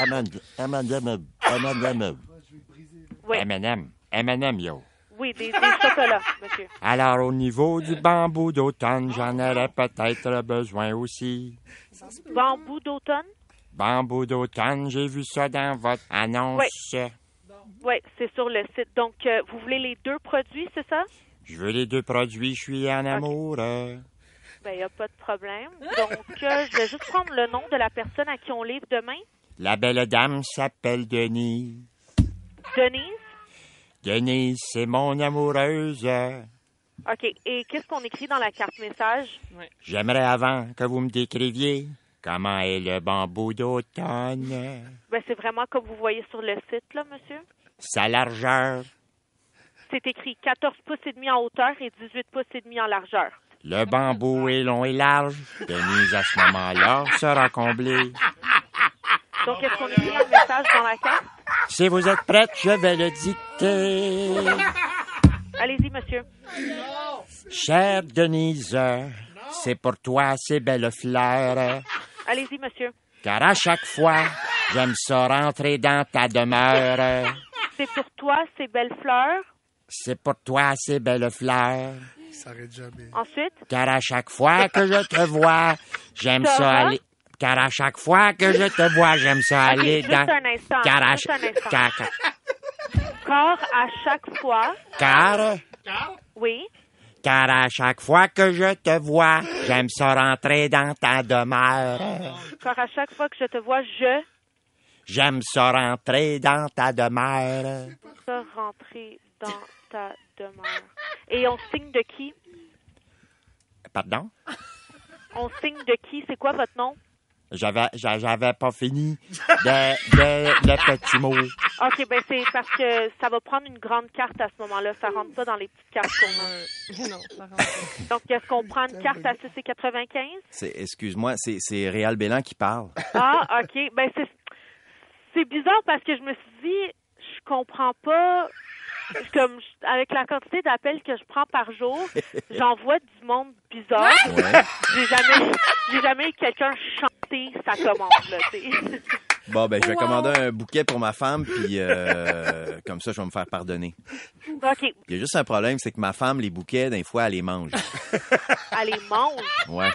[SPEAKER 16] M&M, M&M, M&M.
[SPEAKER 5] Oui.
[SPEAKER 16] M&M, M&M, yo.
[SPEAKER 5] Oui, des, des chocolats, monsieur.
[SPEAKER 16] Alors, au niveau du bambou d'automne, j'en aurais peut-être besoin aussi.
[SPEAKER 5] Bambou d'automne?
[SPEAKER 16] Bambou d'automne, j'ai vu ça dans votre annonce.
[SPEAKER 5] Oui, c'est sur le site. Donc, euh, vous voulez les deux produits, c'est ça?
[SPEAKER 16] Je veux les deux produits, je suis en amour. euh.
[SPEAKER 5] Ben, il n'y a pas de problème. Donc, euh, je vais juste prendre le nom de la personne à qui on livre demain.
[SPEAKER 16] La belle dame s'appelle Denise.
[SPEAKER 5] Denise.
[SPEAKER 16] Denise, c'est mon amoureuse.
[SPEAKER 5] OK. Et qu'est-ce qu'on écrit dans la carte message?
[SPEAKER 16] J'aimerais avant que vous me décriviez comment est le bambou d'automne,
[SPEAKER 5] Ben, c'est vraiment comme vous voyez sur le site, là, monsieur.
[SPEAKER 16] sa largeur,
[SPEAKER 5] C'est écrit 14 pouces et demi en hauteur et 18 pouces et demi en largeur.
[SPEAKER 16] le bambou est long et large. Denise, à ce moment-là, sera comblée.
[SPEAKER 5] Donc, est-ce qu'on écrit un message dans la carte?
[SPEAKER 16] Si vous êtes prête, je vais le dicter.
[SPEAKER 5] Allez-y, monsieur.
[SPEAKER 16] Chère Denise, c'est pour toi ces belles fleurs,
[SPEAKER 5] Allez-y, monsieur.
[SPEAKER 16] car à chaque fois, j'aime ça rentrer dans ta demeure.
[SPEAKER 5] C'est pour toi, ces belles fleurs.
[SPEAKER 16] C'est pour toi ces belles fleurs,
[SPEAKER 7] Ça arrête jamais.
[SPEAKER 5] Ensuite,
[SPEAKER 16] car à chaque fois que je te vois, j'aime
[SPEAKER 5] Ça
[SPEAKER 16] ça
[SPEAKER 5] va?
[SPEAKER 16] aller. Car à chaque fois que je te vois, j'aime ça
[SPEAKER 5] Ok,
[SPEAKER 16] aller
[SPEAKER 5] juste
[SPEAKER 16] dans.
[SPEAKER 5] un instant,
[SPEAKER 16] Car à
[SPEAKER 5] juste un
[SPEAKER 16] chaque.
[SPEAKER 5] instant.
[SPEAKER 16] Car, car,
[SPEAKER 5] corps à chaque fois.
[SPEAKER 16] car,
[SPEAKER 5] Oui.
[SPEAKER 16] car à chaque fois que je te vois, j'aime ça rentrer dans ta demeure.
[SPEAKER 5] Corps à chaque fois que je te vois, je
[SPEAKER 16] J'aime ça rentrer dans ta demeure.
[SPEAKER 5] te rentrer dans ta demeure. Et on signe de qui?
[SPEAKER 16] Pardon?
[SPEAKER 5] On signe de qui? C'est quoi votre nom?
[SPEAKER 16] J'avais, j'a- j'avais pas fini de, de- le petit mot.
[SPEAKER 5] OK, ben c'est parce que ça va prendre une grande carte à ce moment-là. Ça rentre pas dans les petites cartes qu'on a. Euh, non, ça rentre pas. Donc, est-ce qu'on prend une carte à 6,95?
[SPEAKER 15] C'est- Excuse-moi, c'est- c'est Réal Bélan qui parle.
[SPEAKER 5] Ah, OK. Ben c'est... C'est bizarre parce que je me suis dit, je comprends pas... Comme je- avec la quantité d'appels que je prends par jour, j'envoie du monde bizarre.
[SPEAKER 15] Ouais.
[SPEAKER 5] J'ai jamais, j'ai jamais eu quelqu'un chanter sa commande. Là, tu sais.
[SPEAKER 15] Bon, ben, je vais
[SPEAKER 5] Wow.
[SPEAKER 15] commander un bouquet pour ma femme, puis euh, comme ça, je vais me faire pardonner.
[SPEAKER 5] ok,
[SPEAKER 15] Il y a juste un problème, c'est que ma femme, les bouquets, des fois, elle les mange.
[SPEAKER 5] allez mange.
[SPEAKER 15] Ouais.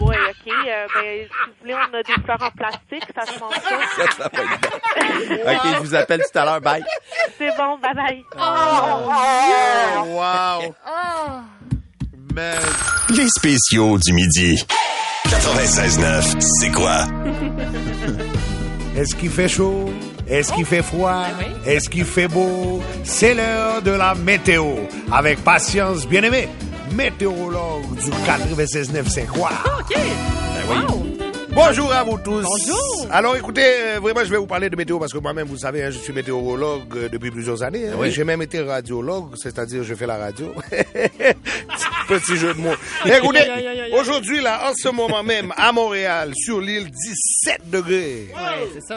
[SPEAKER 5] Oui, OK. euh, ben, si vous voulez, on a des fleurs en plastique, ça se mange pas.
[SPEAKER 15] Ça, ça va être bon. OK, je vous Oh, appelle tout à l'heure. Bye.
[SPEAKER 5] C'est bon, bye bye.
[SPEAKER 15] oh.
[SPEAKER 7] wow! Man.
[SPEAKER 2] Les spéciaux du midi. 96.9, c'est quoi?
[SPEAKER 17] Est-ce qu'il fait chaud? Est-ce qu'il fait froid?
[SPEAKER 15] Ah
[SPEAKER 17] Est-ce qu'il fait beau? C'est l'heure de la météo. Avec patience, bien-aimé, météorologue du 96.9, c'est quoi?
[SPEAKER 7] Eh Bonjour à vous tous. Alors écoutez, euh, vraiment, je vais vous parler de météo parce que moi-même, vous le savez, hein, je suis météorologue euh, depuis plusieurs années. hein.
[SPEAKER 17] Eh Oui.
[SPEAKER 7] J'ai même été radiologue, c'est-à-dire je fais la radio. Petit jeu de mots. Écoutez,
[SPEAKER 17] Aïe, aïe, aïe, aïe.
[SPEAKER 7] aujourd'hui, là, en ce moment même, à Montréal, sur l'île, 17 degrés.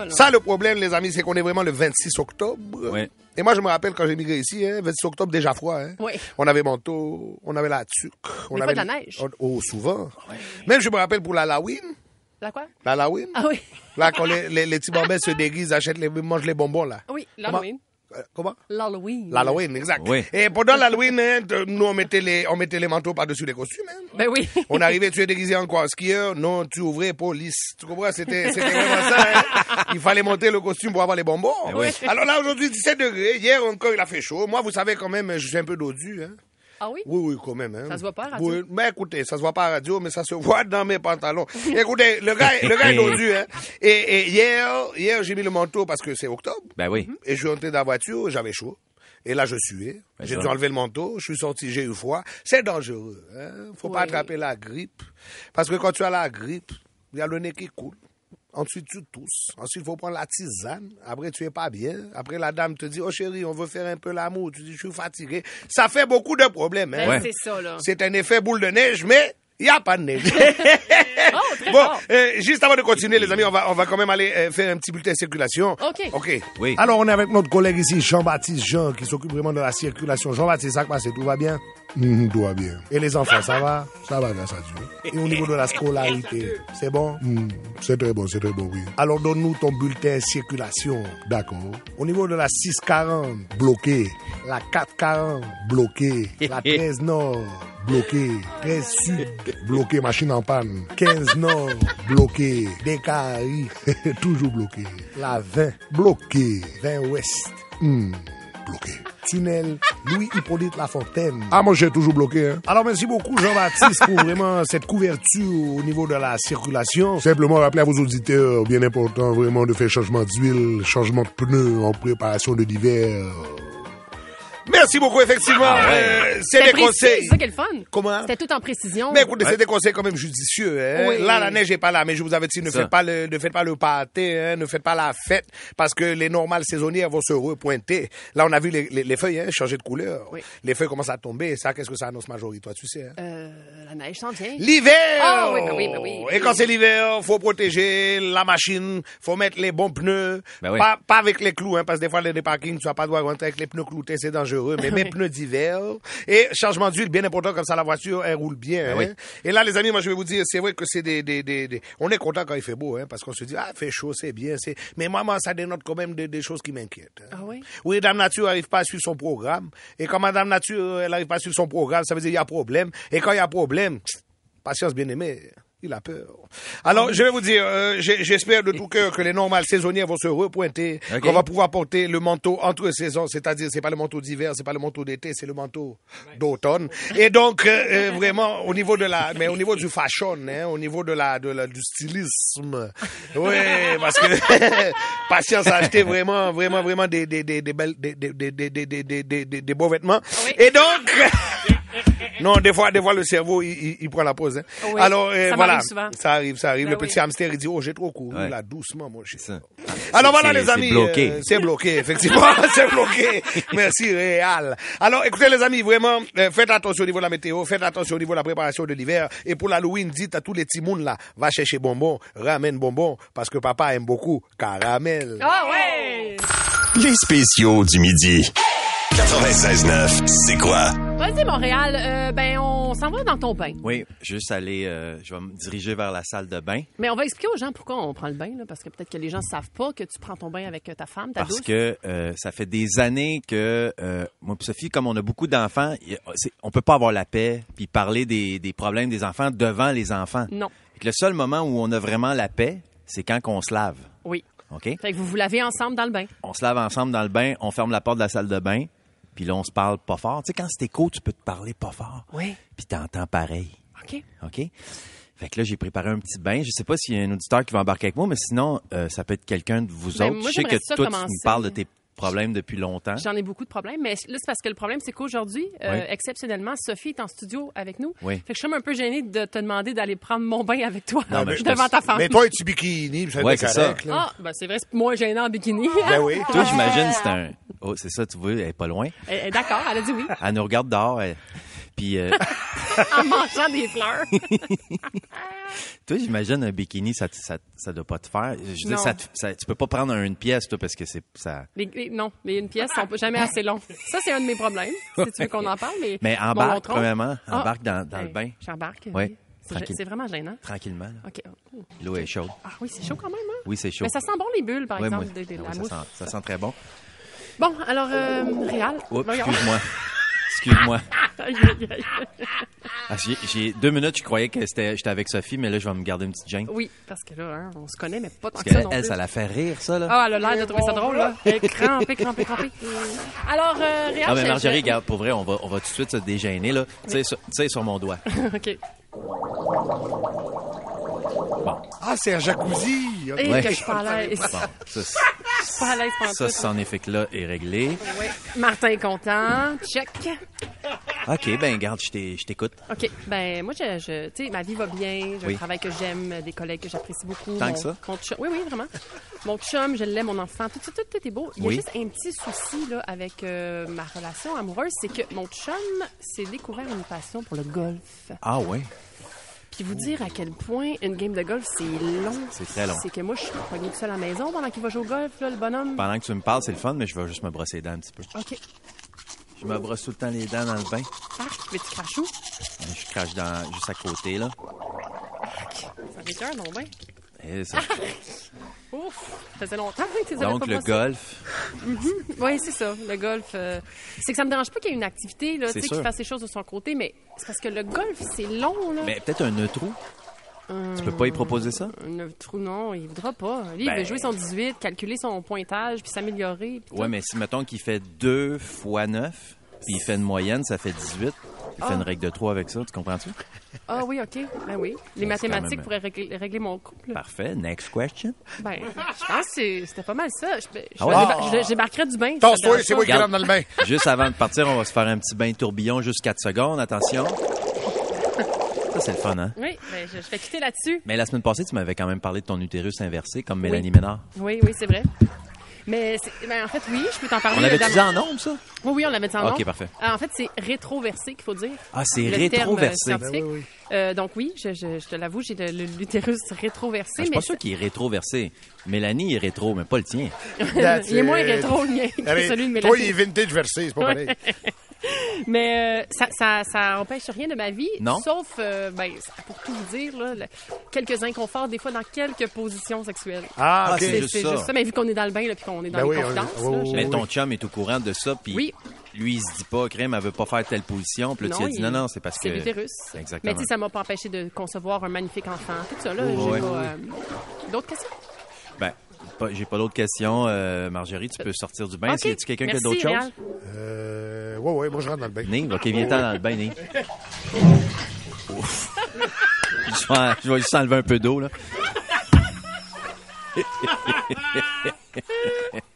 [SPEAKER 7] Ça, le problème, les amis, c'est qu'on est vraiment le 26 octobre. Et moi, je me rappelle quand j'ai migré ici, hein, 26 octobre, déjà froid. hein.
[SPEAKER 17] Oui.
[SPEAKER 7] On avait manteau, on avait la tuque. On
[SPEAKER 17] Mais
[SPEAKER 7] avait
[SPEAKER 17] pas de la neige.
[SPEAKER 7] on- oh, souvent. Même, je me rappelle pour l'Halloween.
[SPEAKER 3] La quoi?
[SPEAKER 7] L'Halloween?
[SPEAKER 3] Ah oui.
[SPEAKER 7] Là, quand les, les, les petits bambins se déguisent, achètent les, mangent les bonbons, là.
[SPEAKER 3] Oui, l'Halloween.
[SPEAKER 7] Euh, Comment?
[SPEAKER 3] L'Halloween.
[SPEAKER 7] L'Halloween, exact. Eh, Et pendant l'Halloween, hein, t- nous, on mettait, les, on mettait les manteaux par-dessus les costumes. hein.
[SPEAKER 3] Ben oui.
[SPEAKER 7] On arrivait, tu es déguisé en quoi? Skieur? Non, tu ouvrais police. Tu comprends? C'était c'était vraiment ça. hein. il fallait monter le costume pour avoir les bonbons.
[SPEAKER 17] Eh oui.
[SPEAKER 7] Alors là, aujourd'hui, 17 degrés. Hier encore, il a fait chaud. Moi, vous savez quand même, je suis un peu dodu. Hein.
[SPEAKER 3] Ah oui?
[SPEAKER 7] Oui, oui, quand même. hein.
[SPEAKER 3] Ça se voit pas à la radio?
[SPEAKER 7] Oui, mais écoutez, ça se voit pas à la radio, mais ça se voit dans mes pantalons. écoutez, le gars, le gars est dodu. Hein. Et, et hier, hier j'ai mis le manteau parce que c'est octobre.
[SPEAKER 15] Ben oui.
[SPEAKER 7] Mhm. Et je suis rentré dans la voiture, j'avais chaud. Et là, je suais.
[SPEAKER 15] Ben
[SPEAKER 7] J'ai
[SPEAKER 15] ça.
[SPEAKER 7] dû enlever le manteau. Je suis sorti, j'ai eu froid. C'est dangereux. Hein? Faut pas attraper la grippe. Parce que quand tu as la grippe, il y a le nez qui coule. Ensuite, tu tousses. Ensuite, il faut prendre la tisane. Après, tu es pas bien. Après, la dame te dit, oh chérie, on veut faire un peu l'amour. Tu dis, je suis fatigué. Ça fait beaucoup de problèmes. Hein?
[SPEAKER 3] Ben, Ouais. c'est ça, là.
[SPEAKER 7] C'est un effet boule de neige, mais il n'y a pas de neige.
[SPEAKER 3] Oh, très
[SPEAKER 7] bon,
[SPEAKER 3] fort.
[SPEAKER 7] euh, juste avant de continuer, les amis, on va, on va quand même aller euh, faire un petit bulletin de circulation.
[SPEAKER 3] OK.
[SPEAKER 7] OK.
[SPEAKER 15] Oui.
[SPEAKER 17] Alors, on est avec notre collègue ici, Jean-Baptiste Jean, qui s'occupe vraiment de la circulation. Jean-Baptiste, ça quoi, c'est tout va bien?
[SPEAKER 18] Mhm, tout va bien.
[SPEAKER 17] Et les enfants, ça va?
[SPEAKER 18] Ça va grâce à Dieu.
[SPEAKER 17] Et au niveau de la scolarité, c'est bon?
[SPEAKER 18] Mhm, c'est très bon, c'est très bon, oui.
[SPEAKER 17] Alors, donne-nous ton bulletin circulation.
[SPEAKER 18] D'accord.
[SPEAKER 17] Au niveau de la 640,
[SPEAKER 18] Bloqué,
[SPEAKER 17] la 440,
[SPEAKER 18] bloqué,
[SPEAKER 17] la 13 Nord,
[SPEAKER 18] bloqué,
[SPEAKER 17] 13 Sud,
[SPEAKER 18] bloqué, machine en panne.
[SPEAKER 17] 15 Nord,
[SPEAKER 18] Bloqué,
[SPEAKER 17] Descaries,
[SPEAKER 18] toujours bloqué.
[SPEAKER 17] la 20,
[SPEAKER 18] Bloqué,
[SPEAKER 17] 20 Ouest,
[SPEAKER 18] Hmm.
[SPEAKER 17] tunnel Louis-Hippolyte Lafontaine.
[SPEAKER 18] Ah, moi, j'ai toujours bloqué, hein.
[SPEAKER 17] Alors, merci beaucoup, Jean-Baptiste, pour vraiment cette couverture au niveau de la circulation.
[SPEAKER 18] Simplement rappeler à vos auditeurs, bien important vraiment de faire changement d'huile, changement de pneus en préparation de l'hiver.
[SPEAKER 7] Merci beaucoup, effectivement. Euh, c'est des
[SPEAKER 3] C'était précis,
[SPEAKER 7] conseils.
[SPEAKER 3] C'est ça qui est le fun.
[SPEAKER 7] Comment?
[SPEAKER 3] C'était tout en précision.
[SPEAKER 7] Mais écoutez, c'est des conseils quand même judicieux. Hein?
[SPEAKER 3] Oui.
[SPEAKER 7] Là, la neige n'est pas là, mais je vous avais dit, ne
[SPEAKER 15] Ça.
[SPEAKER 7] faites pas le, ne faites pas le pâté, hein, ne faites pas la fête, parce que les normales saisonnières vont se repointer. Là, on a vu les, les- les feuilles hein, changer de couleur. Les feuilles commencent à tomber. Ça, qu'est-ce que ça annonce, Majorie, toi, tu sais. hein?
[SPEAKER 3] Euh, la neige s'en vient.
[SPEAKER 7] L'hiver!
[SPEAKER 3] Ah oui, ben oui, ben oui.
[SPEAKER 7] Et quand c'est l'hiver, faut protéger la machine, faut mettre les bons pneus.
[SPEAKER 15] Ben oui.
[SPEAKER 7] pas, pas avec les clous, hein, parce que des fois, les des parkings, tu vas pas devoir rentrer avec les pneus cloutés, c'est dangereux, mais mes pneus d'hiver. Et changement d'huile, bien important, comme ça, la voiture, elle roule bien.
[SPEAKER 15] Ben
[SPEAKER 7] hein.
[SPEAKER 15] oui.
[SPEAKER 7] Et là, les amis, moi, je vais vous dire, c'est vrai que c'est des, des, des, des- On est content quand il fait beau, hein, parce qu'on se dit, ah, fait chaud, c'est bien. c'est Mais moi, moi, ça dénote quand même des, des choses qui m'inquiètent. hein.
[SPEAKER 3] Ah oui?
[SPEAKER 7] Oui, Dame Nature n'arrive pas à suivre son programme. Et quand Madame Nature n'arrive pas à suivre son programme, ça veut dire qu'il y a problème. Et quand il y a problème, tch, patience bien-aimée, il a peur. Alors, je vais vous dire, euh, j'ai- j'espère de tout cœur que les normales saisonnières vont se repointer,
[SPEAKER 15] Ok.
[SPEAKER 7] qu'on va pouvoir porter le manteau entre saisons, c'est-à-dire c'est pas le manteau d'hiver, c'est pas le manteau d'été, c'est le manteau d'automne. Et donc, euh, euh, vraiment, au niveau de la, mais au niveau du fashion, hein, au niveau de la, de la- du stylisme, oui, parce que patience a acheté vraiment, vraiment, vraiment des, des, des, des belles, des, des, des, des, des, des, des- des- des- des beaux vêtements. Et donc, non, des fois, des fois, le cerveau, il, il- il prend la pause. hein.
[SPEAKER 3] Oui,
[SPEAKER 7] Alors, euh,
[SPEAKER 3] ça
[SPEAKER 7] voilà.
[SPEAKER 3] m'arrive souvent.
[SPEAKER 7] Ça arrive, ça arrive.
[SPEAKER 3] Ben
[SPEAKER 7] le petit hamster, il dit, oh, j'ai trop couru,
[SPEAKER 15] Ouais.
[SPEAKER 7] là, doucement, mon chien.
[SPEAKER 15] C'est-
[SPEAKER 7] Alors voilà,
[SPEAKER 15] c'est-
[SPEAKER 7] les amis.
[SPEAKER 15] C'est bloqué.
[SPEAKER 7] euh, c'est bloqué, effectivement. c'est bloqué. Merci, Réal. Alors, écoutez, les amis, vraiment, euh, faites attention au niveau de la météo, faites attention au niveau de la préparation de l'hiver. Et pour l'Halloween, dites à tous les timounes, là, va chercher bonbons, ramène bonbons, parce que papa aime beaucoup caramel.
[SPEAKER 3] Ah ouais!
[SPEAKER 2] Les spéciaux du midi. 96.9, c'est quoi?
[SPEAKER 3] Vas-y, Montréal. euh, ben, on s'en va dans ton bain.
[SPEAKER 15] Oui, juste aller, euh, je vais me diriger vers la salle de bain
[SPEAKER 3] Mais on va expliquer aux gens pourquoi on prend le bain, là, parce que peut-être que les gens savent pas que tu prends ton bain avec euh, ta femme, ta
[SPEAKER 15] parce
[SPEAKER 3] douce.
[SPEAKER 15] que euh, ça fait des années que euh, moi et Sophie, comme on a beaucoup d'enfants, y- c'est- on peut pas avoir la paix puis parler des, des problèmes des enfants devant les enfants.
[SPEAKER 3] Non.
[SPEAKER 15] Fait que Le seul moment où on a vraiment la paix, c'est quand on se lave.
[SPEAKER 3] Oui.
[SPEAKER 15] OK?
[SPEAKER 3] Fait que vous vous lavez ensemble dans le bain.
[SPEAKER 15] on se lave ensemble dans le bain, on ferme la porte de la salle de bain, puis là, on se parle pas fort. Tu sais, quand c'est écho, tu peux te parler pas fort,
[SPEAKER 3] Oui.
[SPEAKER 15] puis t'entends pareil,
[SPEAKER 3] OK.
[SPEAKER 15] OK? Fait que là, j'ai préparé un petit bain. Je sais pas s'il y a un auditeur qui va embarquer avec moi, mais sinon, euh, ça peut être quelqu'un de vous
[SPEAKER 3] Ben,
[SPEAKER 15] autres.
[SPEAKER 3] moi,
[SPEAKER 15] je sais que
[SPEAKER 3] j'aimerais ça
[SPEAKER 15] toi, tu
[SPEAKER 3] commencer.
[SPEAKER 15] me parles de tes problèmes depuis longtemps.
[SPEAKER 3] J'en ai beaucoup de problèmes, mais là, c'est parce que le problème, c'est qu'aujourd'hui, euh,
[SPEAKER 15] Oui.
[SPEAKER 3] exceptionnellement, Sophie est en studio avec nous.
[SPEAKER 15] Oui.
[SPEAKER 3] Fait que je suis même un peu gênée de te demander d'aller prendre mon bain avec toi
[SPEAKER 15] Non, mais je
[SPEAKER 3] devant
[SPEAKER 15] te-
[SPEAKER 3] ta femme.
[SPEAKER 7] Mais toi, tu bikini, ça
[SPEAKER 15] Ouais,
[SPEAKER 7] c'est
[SPEAKER 15] c'est
[SPEAKER 7] correct, là.
[SPEAKER 3] Ah, ben c'est vrai, c'est moins gênant en bikini.
[SPEAKER 7] Ben oui.
[SPEAKER 15] Toi, j'imagine, c'est un... Oh, c'est ça, tu vois, elle est pas loin.
[SPEAKER 3] Elle- elle est Euh, D'accord, elle a dit oui,
[SPEAKER 15] Elle nous regarde dehors, elle- puis... euh,
[SPEAKER 3] en mangeant des fleurs.
[SPEAKER 15] Toi, j'imagine un bikini, ça, te- ça, ça doit pas te faire. Je veux dire,
[SPEAKER 3] Non.
[SPEAKER 15] ça te- ça- tu peux pas prendre une pièce, toi, parce que c'est ça.
[SPEAKER 3] Les- les- non, mais une pièce, on peut jamais assez long. Ça, c'est un de mes problèmes, si tu veux qu'on en parle. Mais,
[SPEAKER 15] Mais
[SPEAKER 3] mon
[SPEAKER 15] embarque,
[SPEAKER 3] long tronc-
[SPEAKER 15] premièrement,
[SPEAKER 3] Ah,
[SPEAKER 15] embarque dans- dans le
[SPEAKER 3] ben,
[SPEAKER 15] bain.
[SPEAKER 3] J'embarque,
[SPEAKER 15] Ouais,
[SPEAKER 3] oui. C'est-
[SPEAKER 15] tranquille. hein.
[SPEAKER 3] C'est vraiment gênant.
[SPEAKER 15] Tranquillement. là.
[SPEAKER 3] OK. Oh.
[SPEAKER 15] L'eau est chaude.
[SPEAKER 3] Ah oui, c'est chaud quand même. Hein?
[SPEAKER 15] Oui, c'est chaud.
[SPEAKER 3] Mais ça sent bon les bulles, par
[SPEAKER 15] Ouais,
[SPEAKER 3] exemple,
[SPEAKER 15] moi-
[SPEAKER 3] de, de
[SPEAKER 15] ah
[SPEAKER 3] la
[SPEAKER 15] oui, ça
[SPEAKER 3] mousse.
[SPEAKER 15] sent- ça sent très bon.
[SPEAKER 3] Bon, alors, euh, Réal,
[SPEAKER 15] Oups,
[SPEAKER 3] voyons.
[SPEAKER 15] excuse-moi. Excuse-moi.
[SPEAKER 3] Aïe, aïe, aïe.
[SPEAKER 15] Ah, j'ai- j'ai deux minutes, je croyais que c'était- j'étais avec Sophie, mais là, je vais me garder une petite gêne.
[SPEAKER 3] Oui, parce que là, hein, on se connaît, mais pas tant
[SPEAKER 15] Parce
[SPEAKER 3] que ça
[SPEAKER 15] qu'elle,
[SPEAKER 3] non
[SPEAKER 15] elle,
[SPEAKER 3] plus.
[SPEAKER 15] ça la fait rire, ça, là.
[SPEAKER 3] Ah, elle a l'air de trouver ça drôle, là. Elle est crampée, crampée, crampée. Alors, euh, Réal,
[SPEAKER 15] Ah, mais
[SPEAKER 3] je-
[SPEAKER 15] Marjorie,
[SPEAKER 3] je-
[SPEAKER 15] regarde, pour vrai, on va, on va tout de suite se dégêner, là. Tu sais, sur, tu sais, sur mon doigt.
[SPEAKER 3] OK.
[SPEAKER 7] Ah, c'est un jacuzzi.
[SPEAKER 3] Et que je suis pas à l'aise.
[SPEAKER 15] Bon, ça, c'est-
[SPEAKER 3] Je suis pas à l'aise pendant
[SPEAKER 15] ça,
[SPEAKER 3] tout.
[SPEAKER 15] c'en est fait que là est réglé.
[SPEAKER 3] Oui. Martin est content. Check.
[SPEAKER 15] OK, ben, garde, je t'ai- je t'écoute.
[SPEAKER 3] OK. Ben, moi, je, je- tu sais, ma vie va bien. J'ai
[SPEAKER 15] Oui.
[SPEAKER 3] un travail que j'aime, des collègues que j'apprécie beaucoup.
[SPEAKER 15] Tant
[SPEAKER 3] mon-
[SPEAKER 15] que ça.
[SPEAKER 3] mon chum- oui, oui, vraiment. Mon chum, je l'aime, mon enfant, tout, tout, tout, tout est beau. Il y a
[SPEAKER 15] Oui.
[SPEAKER 3] juste un petit souci, là, avec euh, ma relation amoureuse, c'est que mon chum s'est découvert une passion pour le golf.
[SPEAKER 15] Ah, ouais.
[SPEAKER 3] Puis vous dire à quel point une game de golf, c'est long.
[SPEAKER 15] C'est très long.
[SPEAKER 3] C'est que moi, je suis pognée toute seule à la maison pendant qu'il va jouer au golf, là, le bonhomme.
[SPEAKER 15] Pendant que tu me parles, c'est le fun, mais je vais juste me brosser les dents un petit peu.
[SPEAKER 3] OK.
[SPEAKER 15] Je me brosse tout le temps les dents dans le bain.
[SPEAKER 3] Arc, mais tu craches où?
[SPEAKER 15] Je crache dans, juste à côté, là.
[SPEAKER 3] Ça m'écoeure, non, ben.
[SPEAKER 15] Et Eh, ça-
[SPEAKER 3] Arc! Ouf! Ça faisait longtemps hein, que tu les avais
[SPEAKER 15] Donc,
[SPEAKER 3] pas
[SPEAKER 15] le
[SPEAKER 3] brossés.
[SPEAKER 15] golf.
[SPEAKER 3] Oui, Mhm. c'est ça, le golf. euh, c'est que ça me dérange pas qu'il y ait une activité, là,
[SPEAKER 15] C'est
[SPEAKER 3] tu sais,
[SPEAKER 15] sûr.
[SPEAKER 3] qu'il fasse les choses de son côté, mais c'est parce que le golf, c'est long, là.
[SPEAKER 15] Mais peut-être un neutre. Tu peux pas y proposer ça?
[SPEAKER 3] Le Euh, trou, non, il voudra pas. Lui, il
[SPEAKER 15] Ben.
[SPEAKER 3] veut jouer son 18, calculer son pointage, puis s'améliorer. puis
[SPEAKER 15] Ouais, mais si, mettons qu'il fait 2 fois 9, puis il fait une moyenne, ça fait 18. Il fait
[SPEAKER 3] Ah.
[SPEAKER 15] une règle de 3 avec ça, tu comprends-tu?
[SPEAKER 3] tout. Ah oui, OK, ben oui. Les
[SPEAKER 15] Mais c'est quand
[SPEAKER 3] mathématiques
[SPEAKER 15] même-
[SPEAKER 3] pourraient régler, régler mon couple.
[SPEAKER 15] Parfait. Next question.
[SPEAKER 3] Ben, je pense que c'est- c'était pas mal ça. Je, je,
[SPEAKER 15] Ah ouais?
[SPEAKER 3] je- je- je débarquerais du bain.
[SPEAKER 7] Tasse-toi,
[SPEAKER 3] ça te dérange
[SPEAKER 7] c'est
[SPEAKER 3] pas.
[SPEAKER 7] moi qui rentre dans le bain.
[SPEAKER 15] Juste avant de partir, on va se faire un petit bain tourbillon, juste 4 secondes. Attention. Ça, c'est le fun, hein?
[SPEAKER 3] Oui, ben, je, je fais quitter là-dessus.
[SPEAKER 15] Mais la semaine passée, tu m'avais quand même parlé de ton utérus inversé, comme
[SPEAKER 3] Oui.
[SPEAKER 15] Mélanie Ménard. Ah,
[SPEAKER 3] Oui, oui, c'est vrai. Mais, c'est- ben, en fait, oui, je peux t'en parler.
[SPEAKER 15] On l'avait
[SPEAKER 3] euh, dans-
[SPEAKER 15] dit en nombre, ça?
[SPEAKER 3] Oui, oui, on l'avait dit en
[SPEAKER 15] Ok,
[SPEAKER 3] nombre.
[SPEAKER 15] parfait.
[SPEAKER 3] Ah, en fait, c'est rétroversé qu'il faut dire.
[SPEAKER 15] Ah, c'est
[SPEAKER 3] Le terme,
[SPEAKER 15] rétroversé.
[SPEAKER 3] euh,
[SPEAKER 7] Ben
[SPEAKER 3] scientifique. Euh, donc oui, je, je- je te l'avoue, j'ai le- le- l'utérus rétroversé,
[SPEAKER 15] Ah, Je suis
[SPEAKER 3] mais
[SPEAKER 15] pas sûr qu'il est rétroversé. Mélanie est rétro, mais pas le tien.
[SPEAKER 3] il est moins rétro le mien, que
[SPEAKER 7] Allez,
[SPEAKER 3] celui de Mélanie.
[SPEAKER 7] Toi, il est vintage versé, c'est pas pareil.
[SPEAKER 3] Mais euh, ça, ça, ça empêche rien de ma vie,
[SPEAKER 7] Non.
[SPEAKER 3] sauf, euh, ben, ça- pour tout vous dire, là, le- quelques inconforts des fois dans quelques positions sexuelles.
[SPEAKER 15] Ah, ok.
[SPEAKER 3] c'est
[SPEAKER 15] C'est
[SPEAKER 3] c'est
[SPEAKER 15] juste
[SPEAKER 3] juste,
[SPEAKER 15] ça.
[SPEAKER 3] ça. Mais vu qu'on est dans le bain, là, puis qu'on est dans
[SPEAKER 15] Ben
[SPEAKER 3] les
[SPEAKER 15] oui, on-
[SPEAKER 3] confidences,
[SPEAKER 15] oui,
[SPEAKER 3] là,
[SPEAKER 15] oui,
[SPEAKER 3] je-
[SPEAKER 15] Mais ton chum est au courant de ça, puis
[SPEAKER 3] Oui.
[SPEAKER 15] lui, il se dit pas, crème, elle veut pas faire telle position. Puis là, tu
[SPEAKER 3] Non,
[SPEAKER 15] as dit,
[SPEAKER 3] il-
[SPEAKER 15] non, non, c'est parce que...
[SPEAKER 3] C'est l'utérus.
[SPEAKER 15] Exactement.
[SPEAKER 3] Mais tu sais, ça m'a pas empêché de concevoir un magnifique enfant. Tout ça, là,
[SPEAKER 15] Oui,
[SPEAKER 3] j'ai
[SPEAKER 15] oui,
[SPEAKER 3] pas...
[SPEAKER 15] oui.
[SPEAKER 3] euh, D'autres questions?
[SPEAKER 15] Ben, pas- j'ai pas d'autres questions. Euh, Marjorie, tu peux sortir du bain.
[SPEAKER 3] Ok.
[SPEAKER 15] Est-ce qu'il y a-tu quelqu'un qui a
[SPEAKER 3] Merci,
[SPEAKER 15] d'autres choses?
[SPEAKER 3] Réal.
[SPEAKER 7] Euh, ouais, ouais, moi, je rentre dans le bain.
[SPEAKER 15] Nive, OK, viens-t'en dans le bain, Nive. Ouf. Je vais, je vais juste enlever un peu d'eau, là.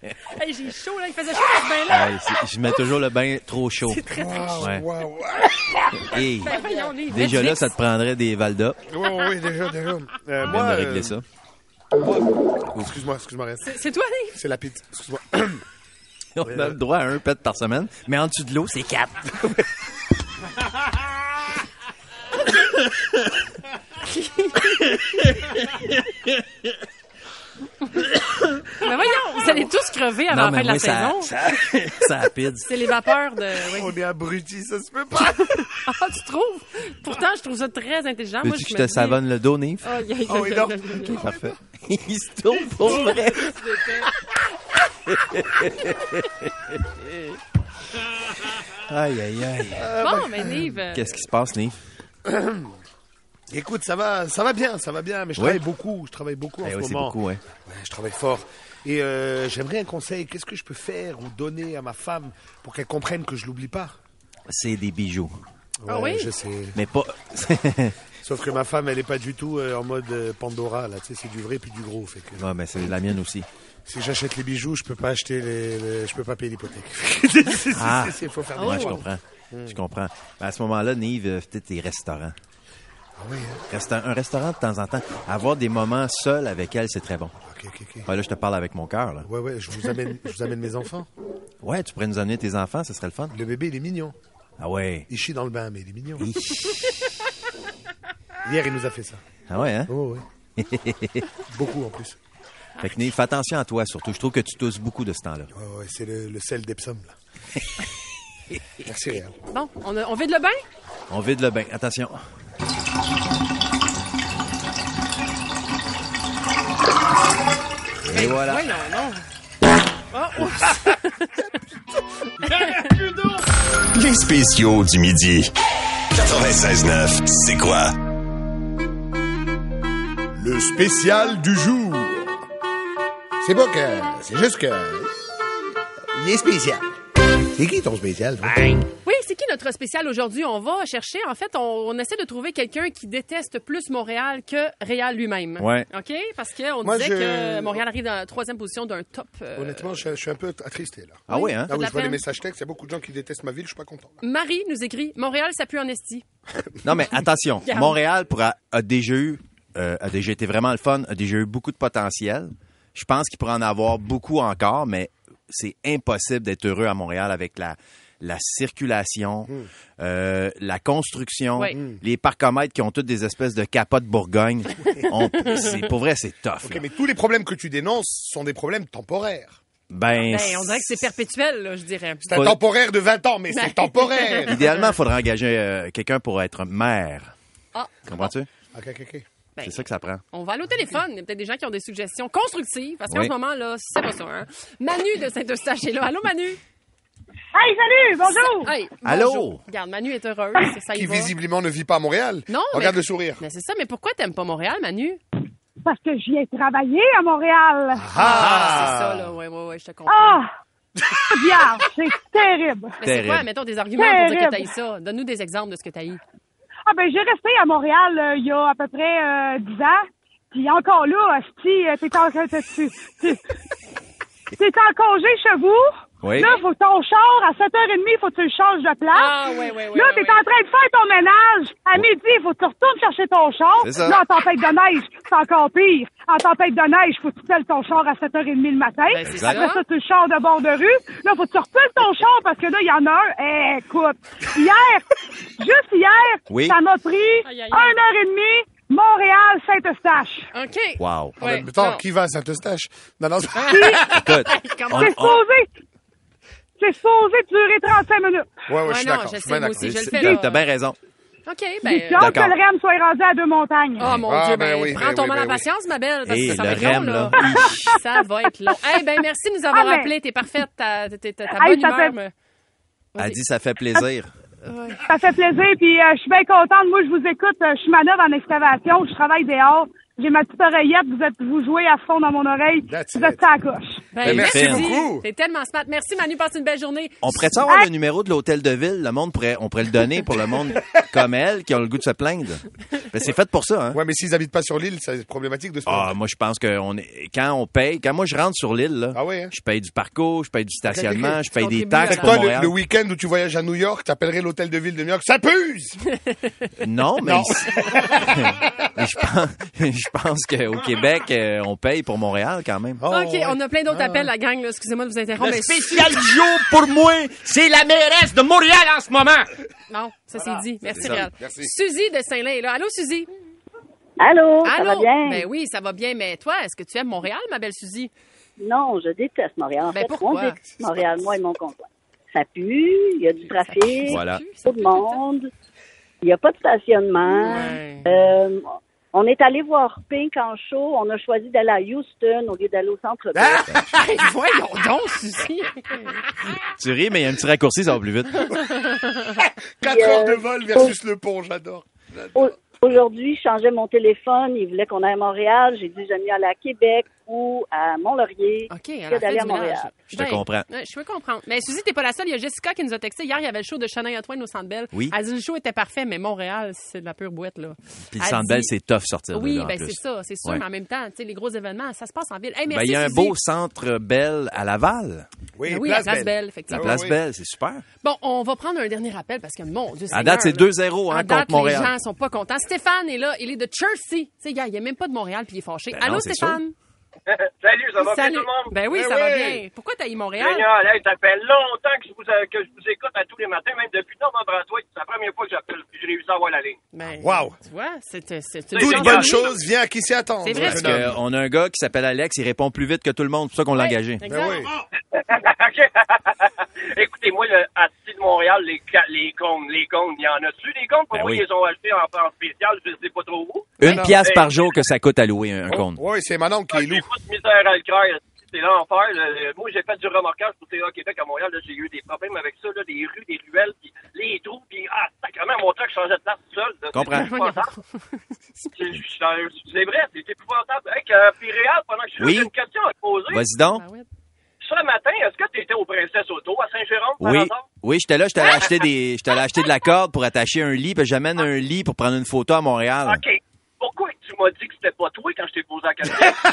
[SPEAKER 3] Hey, j'ai chaud, là. Il faisait chaud dans ce bain-là.
[SPEAKER 15] Ouais, c'est- je mets toujours le bain trop chaud.
[SPEAKER 3] C'est très, très chaud.
[SPEAKER 15] Ouais.
[SPEAKER 7] Wow.
[SPEAKER 15] Hey,
[SPEAKER 3] Ben, voyons, les
[SPEAKER 15] déjà là,
[SPEAKER 3] Netflix.
[SPEAKER 15] ça te prendrait des Valda.
[SPEAKER 7] Oui, oui, oui, déjà, déjà. Euh,
[SPEAKER 15] On
[SPEAKER 7] moi,
[SPEAKER 15] vient de régler ça.
[SPEAKER 7] euh, Oh, Excuse-moi, excuse-moi, reste.
[SPEAKER 3] Euh, C'est toi, Nive?
[SPEAKER 7] C'est la pizza. Excuse-moi.
[SPEAKER 15] On a le droit à un pet par semaine, mais en dessous de l'eau, c'est quatre.
[SPEAKER 3] Mais voyons, vous allez tous crever avant
[SPEAKER 15] Non, mais
[SPEAKER 3] la fin de la
[SPEAKER 15] moi, ça-
[SPEAKER 3] saison.
[SPEAKER 15] ça rapide.
[SPEAKER 3] C'est les vapeurs de... oui.
[SPEAKER 7] On est abrutis, ça se peut pas.
[SPEAKER 3] ah, tu trouves? Pourtant, je trouve ça très intelligent. Ah, Moi,
[SPEAKER 15] Veux-tu que je
[SPEAKER 3] me
[SPEAKER 15] te
[SPEAKER 3] dis-
[SPEAKER 15] savonne le dos, Nive?
[SPEAKER 3] Ah, yeah, yeah,
[SPEAKER 7] Oh, oui,
[SPEAKER 3] yeah,
[SPEAKER 7] non.
[SPEAKER 3] yeah, yeah, yeah.
[SPEAKER 15] Parfait. Il se tourne pour vrai. Aïe, aïe, aïe.
[SPEAKER 3] Bon, mais Nive... euh,
[SPEAKER 15] Qu'est-ce qui se passe, Nive?
[SPEAKER 7] Écoute, ça va, ça va bien, ça va bien, mais je
[SPEAKER 15] Ouais.
[SPEAKER 7] travaille beaucoup, je travaille beaucoup en
[SPEAKER 15] Eh
[SPEAKER 7] ce
[SPEAKER 15] oui, c'est
[SPEAKER 7] moment.
[SPEAKER 15] beaucoup, hein.
[SPEAKER 7] Ouais, je travaille fort. Et euh, j'aimerais un conseil. Qu'est-ce que je peux faire ou donner à ma femme pour qu'elle comprenne que je l'oublie pas
[SPEAKER 15] C'est des bijoux.
[SPEAKER 7] Ah Ouais, oui? je sais.
[SPEAKER 15] Mais pas.
[SPEAKER 7] Sauf que ma femme, elle est pas du tout euh, en mode euh, Pandora là. Tu sais, c'est du vrai puis du gros. Fait que
[SPEAKER 15] ouais, mais c'est la mienne aussi.
[SPEAKER 7] si j'achète les bijoux, je peux pas acheter les, les- je peux pas payer l'hypothèque. C'est- c'est-
[SPEAKER 15] Ah,
[SPEAKER 7] c'est- c'est- faut faire des
[SPEAKER 15] ouais, je
[SPEAKER 7] choix.
[SPEAKER 15] comprends.
[SPEAKER 7] Hmm.
[SPEAKER 15] Je comprends. Ben, à ce moment-là, Nive, euh, peut-être tes restaurants.
[SPEAKER 7] oui,
[SPEAKER 15] Resta- un restaurant de temps en temps. Avoir des moments seuls avec elle, c'est très bon.
[SPEAKER 7] Ok, ok, ok.
[SPEAKER 15] Ouais, là, je te parle avec mon cœur. là.
[SPEAKER 7] Ouais, ouais, je vous amène, je vous amène mes enfants.
[SPEAKER 15] Ouais, tu pourrais nous amener tes enfants, ce serait le fun.
[SPEAKER 7] Le bébé, il est mignon.
[SPEAKER 15] Ah ouais.
[SPEAKER 7] Il chie dans le bain, mais il est mignon. Hier, il nous a fait ça.
[SPEAKER 15] Ah ouais, hein?
[SPEAKER 7] Oh,
[SPEAKER 15] ouais.
[SPEAKER 7] Beaucoup en plus.
[SPEAKER 15] fait que Nive, fais attention à toi surtout. Je trouve que tu tousses beaucoup de ce temps-là.
[SPEAKER 7] Ouais, ouais, c'est le, le sel d'Epsom, là. Merci, Réal.
[SPEAKER 3] Bon, on, a- on vide le bain?
[SPEAKER 15] On vide le bain. Attention. Et
[SPEAKER 3] Ben,
[SPEAKER 15] voilà.
[SPEAKER 3] ouais, non, non. Oh, oups.
[SPEAKER 2] Les spéciaux du midi. 96.9, c'est quoi?
[SPEAKER 7] Le spécial du jour. C'est pas que. C'est juste que. Il est spécial. C'est qui ton spécial? toi?
[SPEAKER 3] Oui, c'est qui notre spécial aujourd'hui? On va chercher, en fait, on, on essaie de trouver quelqu'un qui déteste plus Montréal que Réal lui-même.
[SPEAKER 7] Ouais.
[SPEAKER 3] OK? Parce qu'on
[SPEAKER 7] Moi,
[SPEAKER 3] disait
[SPEAKER 7] je-
[SPEAKER 3] que Montréal arrive dans la troisième position d'un top. euh,
[SPEAKER 7] Honnêtement, je, je suis un peu attristé, là.
[SPEAKER 3] Ah oui, hein?
[SPEAKER 7] Ah
[SPEAKER 3] T'as de
[SPEAKER 7] oui,
[SPEAKER 3] la
[SPEAKER 7] je vois les
[SPEAKER 3] peine.
[SPEAKER 7] messages textes. Il y a beaucoup de gens qui détestent ma ville, je suis pas content.
[SPEAKER 3] Marie nous écrit Montréal, ça pue en Estie.
[SPEAKER 15] Non, mais attention, Montréal pourra, a déjà eu, euh, a déjà été vraiment le fun, a déjà eu beaucoup de potentiel. Je pense qu'il pourrait en avoir beaucoup encore, mais c'est impossible d'être heureux à Montréal avec la, la circulation,
[SPEAKER 7] Hmm.
[SPEAKER 15] euh, la construction,
[SPEAKER 3] Oui. Mm.
[SPEAKER 15] les parcomètres qui ont toutes des espèces de capotes Bourgogne. On- c'est, pour vrai, c'est tough.
[SPEAKER 7] OK,
[SPEAKER 15] là.
[SPEAKER 7] mais tous les problèmes que tu dénonces sont des problèmes temporaires.
[SPEAKER 15] Ben,
[SPEAKER 3] Ben, on dirait que c'est perpétuel, là, je dirais. Ben.
[SPEAKER 7] C'est un temporaire de 20 ans, mais c'est temporaire.
[SPEAKER 15] idéalement, il faudrait engager euh, quelqu'un pour être maire.
[SPEAKER 3] Ah, ben,
[SPEAKER 15] Comprends-tu?
[SPEAKER 7] OK, OK, OK.
[SPEAKER 11] ben,
[SPEAKER 15] C'est ça que ça prend.
[SPEAKER 3] On va aller au téléphone. Il y a peut-être des gens qui ont des suggestions constructives, parce qu'en
[SPEAKER 15] Oui.
[SPEAKER 3] ce moment, là, c'est pas ça. Hein? Manu de Saint-Eustache est là. Allô, Manu?
[SPEAKER 11] Hey, salut! Bonjour!
[SPEAKER 3] Hey,
[SPEAKER 7] Allô?
[SPEAKER 3] bonjour. Regarde, Manu est heureuse. Ça y
[SPEAKER 7] Qui
[SPEAKER 3] va.
[SPEAKER 7] visiblement ne vit pas à Montréal.
[SPEAKER 3] Non,
[SPEAKER 7] Regarde
[SPEAKER 3] mais-
[SPEAKER 7] le sourire.
[SPEAKER 3] Mais c'est ça, mais pourquoi t'aimes pas Montréal, Manu?
[SPEAKER 11] Parce que j'y ai travaillé à Montréal.
[SPEAKER 15] Ah!
[SPEAKER 3] Ah, c'est ça, là. Ouais, ouais, ouais, je te comprends.
[SPEAKER 11] Ah! Bien, c'est terrible.
[SPEAKER 3] Mais c'est quoi, mettons, des arguments pour dire que
[SPEAKER 11] Terrible.
[SPEAKER 3] t'haïs ça? Donne-nous des exemples de ce que t'haïs.
[SPEAKER 11] Ah ben j'ai resté à Montréal euh, il y a à peu près euh, 10 ans. Puis encore là, si t'es en t'es- tu- tu- t'es en congé chez vous.
[SPEAKER 15] Oui.
[SPEAKER 11] Là, faut que ton char, à 7h30, faut que tu le changes de place.
[SPEAKER 3] Ah, ouais, ouais, ouais,
[SPEAKER 11] là,
[SPEAKER 3] ouais,
[SPEAKER 11] t'es
[SPEAKER 3] ouais.
[SPEAKER 11] en train de faire ton ménage. À midi, faut que tu retournes chercher ton char.
[SPEAKER 15] C'est ça.
[SPEAKER 11] Là, en tempête de neige, c'est encore pire. En tempête de neige, faut que tu telles ton char à 7h30 le matin.
[SPEAKER 19] Ben, c'est
[SPEAKER 11] Après
[SPEAKER 19] ça.
[SPEAKER 11] ça, tu le char de bord de rue. Là, faut que tu retelles ton char parce que là, il y en a un. Eh, écoute, hier, juste hier,
[SPEAKER 15] Oui.
[SPEAKER 11] ça m'a pris
[SPEAKER 3] Aïe, aïe, aïe.
[SPEAKER 11] 1 heure et demie, Montréal, Saint-Eustache.
[SPEAKER 3] OK.
[SPEAKER 15] Wow.
[SPEAKER 7] En même temps, qui va à Saint-Eustache? Non, non,
[SPEAKER 3] Ah.
[SPEAKER 15] Écoute, on-
[SPEAKER 11] C'est supposé, c'est supposé durer 35 minutes.
[SPEAKER 15] Ouais,
[SPEAKER 11] ouais, je suis Ouais, non, d'accord, je je suis sais, bien moi d'accord. aussi, je le fais, là.
[SPEAKER 15] T'as bien raison.
[SPEAKER 3] OK,
[SPEAKER 11] J'ai
[SPEAKER 3] ben.
[SPEAKER 11] hâte que
[SPEAKER 15] D'accord.
[SPEAKER 11] le REM soit rendu à deux montagnes.
[SPEAKER 3] Oh mon Dieu, ben,
[SPEAKER 15] oui,
[SPEAKER 3] prends
[SPEAKER 15] ben
[SPEAKER 3] ton
[SPEAKER 15] oui,
[SPEAKER 3] mal en
[SPEAKER 15] ben oui.
[SPEAKER 3] patience, ma belle, parce
[SPEAKER 15] Hey,
[SPEAKER 3] que ça
[SPEAKER 15] le
[SPEAKER 3] va être long,
[SPEAKER 15] REM,
[SPEAKER 3] là.
[SPEAKER 15] là.
[SPEAKER 3] ça va être long. Eh ben, merci de nous avoir
[SPEAKER 11] Ah, ben.
[SPEAKER 3] appelés. T'es parfaite, ta, t'es- t'es- ta
[SPEAKER 11] Hey,
[SPEAKER 3] bonne
[SPEAKER 11] ça
[SPEAKER 3] humeur.
[SPEAKER 11] fait-
[SPEAKER 3] me-
[SPEAKER 15] Elle dit ça fait plaisir.
[SPEAKER 11] Ça fait plaisir, puis euh, je suis bien contente. Moi, je vous écoute. Euh, Je suis manœuvre en excavation. Je travaille dehors. J'ai ma petite oreillette. Vous êtes, vous jouez à fond dans mon oreille. vous êtes à la coche.
[SPEAKER 3] Ben,
[SPEAKER 15] Ben, merci
[SPEAKER 3] merci
[SPEAKER 15] beaucoup.
[SPEAKER 3] T'es tellement smart. Merci, Manu. Passe une belle journée.
[SPEAKER 15] On pourrait savoir le numéro de l'hôtel de ville. Le monde pourrait, on pourrait le donner pour le monde comme elle qui a le goût de se plaindre. Ben, c'est fait pour ça. Hein?
[SPEAKER 7] Ouais, mais s'ils habitent pas sur l'île, c'est problématique de se
[SPEAKER 15] Ah, moi je pense que on est- quand on paye, quand moi je rentre sur l'île, là,
[SPEAKER 7] Ah
[SPEAKER 15] je paye du parcours, je paye du stationnement, je paye des taxes
[SPEAKER 7] Fait que
[SPEAKER 15] pour
[SPEAKER 7] hein. Toi, le,
[SPEAKER 15] Montréal.
[SPEAKER 7] le week-end où tu voyages à New York, t'appellerais l'hôtel de ville de New York. Ça puse!
[SPEAKER 15] Non, mais
[SPEAKER 7] Non.
[SPEAKER 15] ici- je pense, je pense qu'au Québec, euh, on paye pour Montréal quand même.
[SPEAKER 3] OK, on a plein d'autres appels, la gang. là. Excusez-moi de vous interrompre.
[SPEAKER 15] Oh, Le
[SPEAKER 3] mais-
[SPEAKER 15] spécial
[SPEAKER 16] du jour pour moi, c'est la mairesse de Montréal en ce moment.
[SPEAKER 3] Non, ça
[SPEAKER 16] Voilà.
[SPEAKER 3] c'est dit. Merci,
[SPEAKER 16] C'est ça.
[SPEAKER 3] Réal.
[SPEAKER 16] Merci.
[SPEAKER 3] Suzy de Saint-Lin est là. Allô, Suzy?
[SPEAKER 20] Allô, ça
[SPEAKER 3] Allô?
[SPEAKER 20] va bien?
[SPEAKER 3] Ben oui, ça va bien. Mais toi, est-ce que tu aimes Montréal, ma belle Suzy?
[SPEAKER 20] Non, je déteste Montréal. En
[SPEAKER 3] Ben,
[SPEAKER 20] fait,
[SPEAKER 3] pourquoi?
[SPEAKER 20] on déteste Montréal, moi et mon conjoint. Ça pue, il y a du trafic,
[SPEAKER 15] Voilà.
[SPEAKER 20] trop de monde, il n'y a pas de stationnement. Euh, on est allé voir Pink en show, on a choisi d'aller à Houston au lieu d'aller au centre belle
[SPEAKER 3] Hey, Ah! voyons donc, Suzy!
[SPEAKER 15] Tu ris, mais il y a un petit raccourci, ça va plus vite.
[SPEAKER 7] 4 heures de vol versus le pont, j'adore.
[SPEAKER 20] euh, Au- Aujourd'hui, je changeais mon téléphone. Il voulait qu'on aille à Montréal. J'ai dit, j'aime mieux aller à Québec ou à Mont-Laurier
[SPEAKER 3] à
[SPEAKER 20] que
[SPEAKER 3] la
[SPEAKER 20] d'aller
[SPEAKER 3] fin
[SPEAKER 20] à
[SPEAKER 3] du ménage.
[SPEAKER 20] Montréal.
[SPEAKER 15] Je te comprends.
[SPEAKER 3] Ben, Ouais, je peux comprendre. Mais Suzy, t'es pas la seule. Il y a Jessica qui nous a texté. Hier, il y avait le show de Chanel Antoine au Centre Bell.
[SPEAKER 15] Oui.
[SPEAKER 3] Elle dit le show était parfait, mais Montréal, c'est de la pure boîte, là.
[SPEAKER 15] Puis le
[SPEAKER 3] Elle
[SPEAKER 15] Centre Bell,
[SPEAKER 3] dit-
[SPEAKER 15] c'est tough sortir de
[SPEAKER 3] Oui,
[SPEAKER 15] là, en
[SPEAKER 3] ben
[SPEAKER 15] plus.
[SPEAKER 3] c'est ça, c'est sûr.
[SPEAKER 15] Ouais.
[SPEAKER 3] Mais en même temps, tu sais, les gros événements, ça se passe en ville. Hey,
[SPEAKER 15] Ben,
[SPEAKER 3] merci,
[SPEAKER 15] il y a un
[SPEAKER 3] Suzy.
[SPEAKER 15] beau centre Bell à Laval.
[SPEAKER 3] Oui, Ben oui, Place la Place Belle. Belle, effectivement.
[SPEAKER 15] La Place
[SPEAKER 3] Oui, oui.
[SPEAKER 15] Belle, c'est super.
[SPEAKER 3] Bon, on va prendre un dernier appel parce que, mon Dieu,
[SPEAKER 15] À date, c'est
[SPEAKER 3] là.
[SPEAKER 15] 2-0, hein,
[SPEAKER 3] À date,
[SPEAKER 15] contre Montréal.
[SPEAKER 3] Les gens sont pas contents. Stéphane est là, il est de Chelsea. Tu sais, gars, il est même pas de Montréal puis il est fâché.
[SPEAKER 15] Ben
[SPEAKER 3] Allô,
[SPEAKER 15] non, c'est
[SPEAKER 3] Stéphane?
[SPEAKER 14] Salut, ça va bien
[SPEAKER 3] Salut.
[SPEAKER 14] tout le monde?
[SPEAKER 3] Ben oui, ça va bien. Pourquoi t'as eu Montréal?
[SPEAKER 14] Génial, hey, ça fait longtemps que je, vous, euh, que je vous écoute à tous les matins, même depuis novembre-antoine, c'est la première fois que j'appelle puis j'ai réussi à avoir la ligne.
[SPEAKER 3] Ben,
[SPEAKER 15] Wow.
[SPEAKER 3] Tu vois, c'est euh, c'est une
[SPEAKER 7] Toute
[SPEAKER 3] chance
[SPEAKER 7] bonne
[SPEAKER 3] inouïe.
[SPEAKER 7] chose vient à qui s'y attend.
[SPEAKER 3] C'est vrai.
[SPEAKER 15] Parce qu'on a un gars qui s'appelle Alex, il répond plus vite que tout le monde, c'est pour ça qu'on l'a engagé.
[SPEAKER 14] Ben oui. OK. Écoutez-moi, le Asti de Montréal, les, ca- les cônes, les cônes, il y en a-tu des cônes? Pourquoi
[SPEAKER 15] oui.
[SPEAKER 14] ils les ont achetés en, en spécial? Je ne sais pas trop où.
[SPEAKER 15] Une pièce
[SPEAKER 14] Eh,
[SPEAKER 15] par jour que ça coûte à louer un, un cône.
[SPEAKER 14] Ah,
[SPEAKER 7] Oui, c'est Manon qui est lourd.
[SPEAKER 14] J'ai pas de misère à le croire. c'est l'enfer. là. Euh, Moi, j'ai fait du remorquage pour TVA Québec à Montréal. là. J'ai eu des problèmes avec ça, là, des rues, des ruelles, puis les trous, puis ah, sacrément, mon truck changeait de place tout seul. là.
[SPEAKER 15] Comprends.
[SPEAKER 14] C'est épouvantable. C'est- c'est- c'est vrai, c'est épouvantable. Hey, que- puis Réal, pendant que je suis là,
[SPEAKER 15] Oui.
[SPEAKER 14] j'ai une question à te poser.
[SPEAKER 15] Vas-y donc.
[SPEAKER 3] Ah
[SPEAKER 14] Ce matin, est-ce que tu étais au Princesse Auto à Saint-Jérôme? par
[SPEAKER 15] Oui,
[SPEAKER 14] hasard?
[SPEAKER 15] oui, j'étais là, j'étais allé acheter des, j'étais allé acheter de la corde pour attacher un lit, puis j'amène un lit pour prendre une photo à Montréal.
[SPEAKER 14] OK. Pourquoi tu m'as dit que c'était pas toi quand je t'ai posé la question?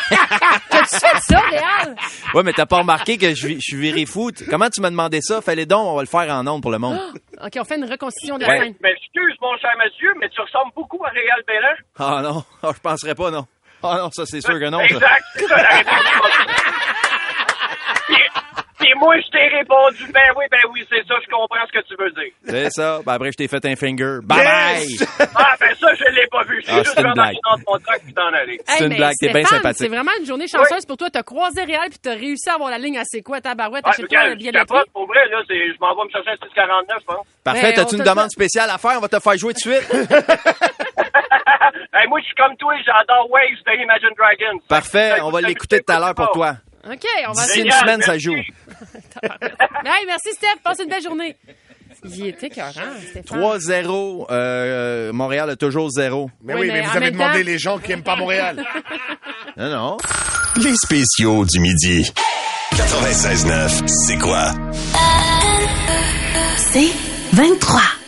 [SPEAKER 3] T'as-tu fait ça, Réal?
[SPEAKER 15] Ouais, mais t'as pas remarqué que je, vi- je suis viré fou. T- Comment tu m'as demandé ça Fallait donc, on va le faire en ondes pour le monde.
[SPEAKER 3] Ah, OK, on fait une reconstitution de
[SPEAKER 15] Ouais.
[SPEAKER 3] la scène.
[SPEAKER 14] Mais Ben, excuse, mon cher monsieur, mais tu ressembles beaucoup à Réal Bellin.
[SPEAKER 15] Ah non, Ah, je penserais pas non. Ah non, ça c'est sûr que non. ça.
[SPEAKER 14] Exact, c'est ça la réponse. Puis- Puis moi, je t'ai répondu, ben oui, ben oui, c'est ça, je comprends ce que tu veux dire.
[SPEAKER 15] C'est ça. Ben après, je t'ai fait un finger. Bye bye.
[SPEAKER 14] Ah, ben ça, je l'ai pas vu. Je suis
[SPEAKER 15] Ah, c'est
[SPEAKER 14] juste
[SPEAKER 15] une
[SPEAKER 14] remarqué
[SPEAKER 15] blague.
[SPEAKER 14] dans ton truck puis t'en aller.
[SPEAKER 3] Hey,
[SPEAKER 15] C'est une
[SPEAKER 3] mais
[SPEAKER 15] blague, t'es bien
[SPEAKER 3] Stéphane,
[SPEAKER 15] sympathique.
[SPEAKER 3] C'est vraiment une journée chanceuse pour toi. T'as croisé Réal puis t'as réussi à avoir la ligne à c'est quoi, tabarouette.
[SPEAKER 14] Ah,
[SPEAKER 3] Achète-toi le
[SPEAKER 14] regarde,
[SPEAKER 3] billet
[SPEAKER 14] je
[SPEAKER 3] de loterie.
[SPEAKER 14] capote, pour vrai, là, c'est- je m'en vais me chercher un 649, je pense.
[SPEAKER 15] Parfait, t'as-tu une demande spéciale à faire? On va te faire jouer tout de suite.
[SPEAKER 14] Hey, moi, je suis comme toi, j'adore Waves de Imagine Dragons.
[SPEAKER 15] Parfait, on va l'écouter tout à l'heure pour toi.
[SPEAKER 3] OK, on va
[SPEAKER 15] D'ici une semaine, ça joue.
[SPEAKER 3] Mais hey, merci, Steph. Passe une belle journée. Il était écœurant, Stéphane.
[SPEAKER 15] 3-0, euh, Montréal a toujours zéro.
[SPEAKER 7] Mais oui, mais, vous avez demandé les gens qui aiment pas Montréal.
[SPEAKER 15] Non, non.
[SPEAKER 2] Les spéciaux du midi. 96.9, c'est quoi?
[SPEAKER 1] C'est 23.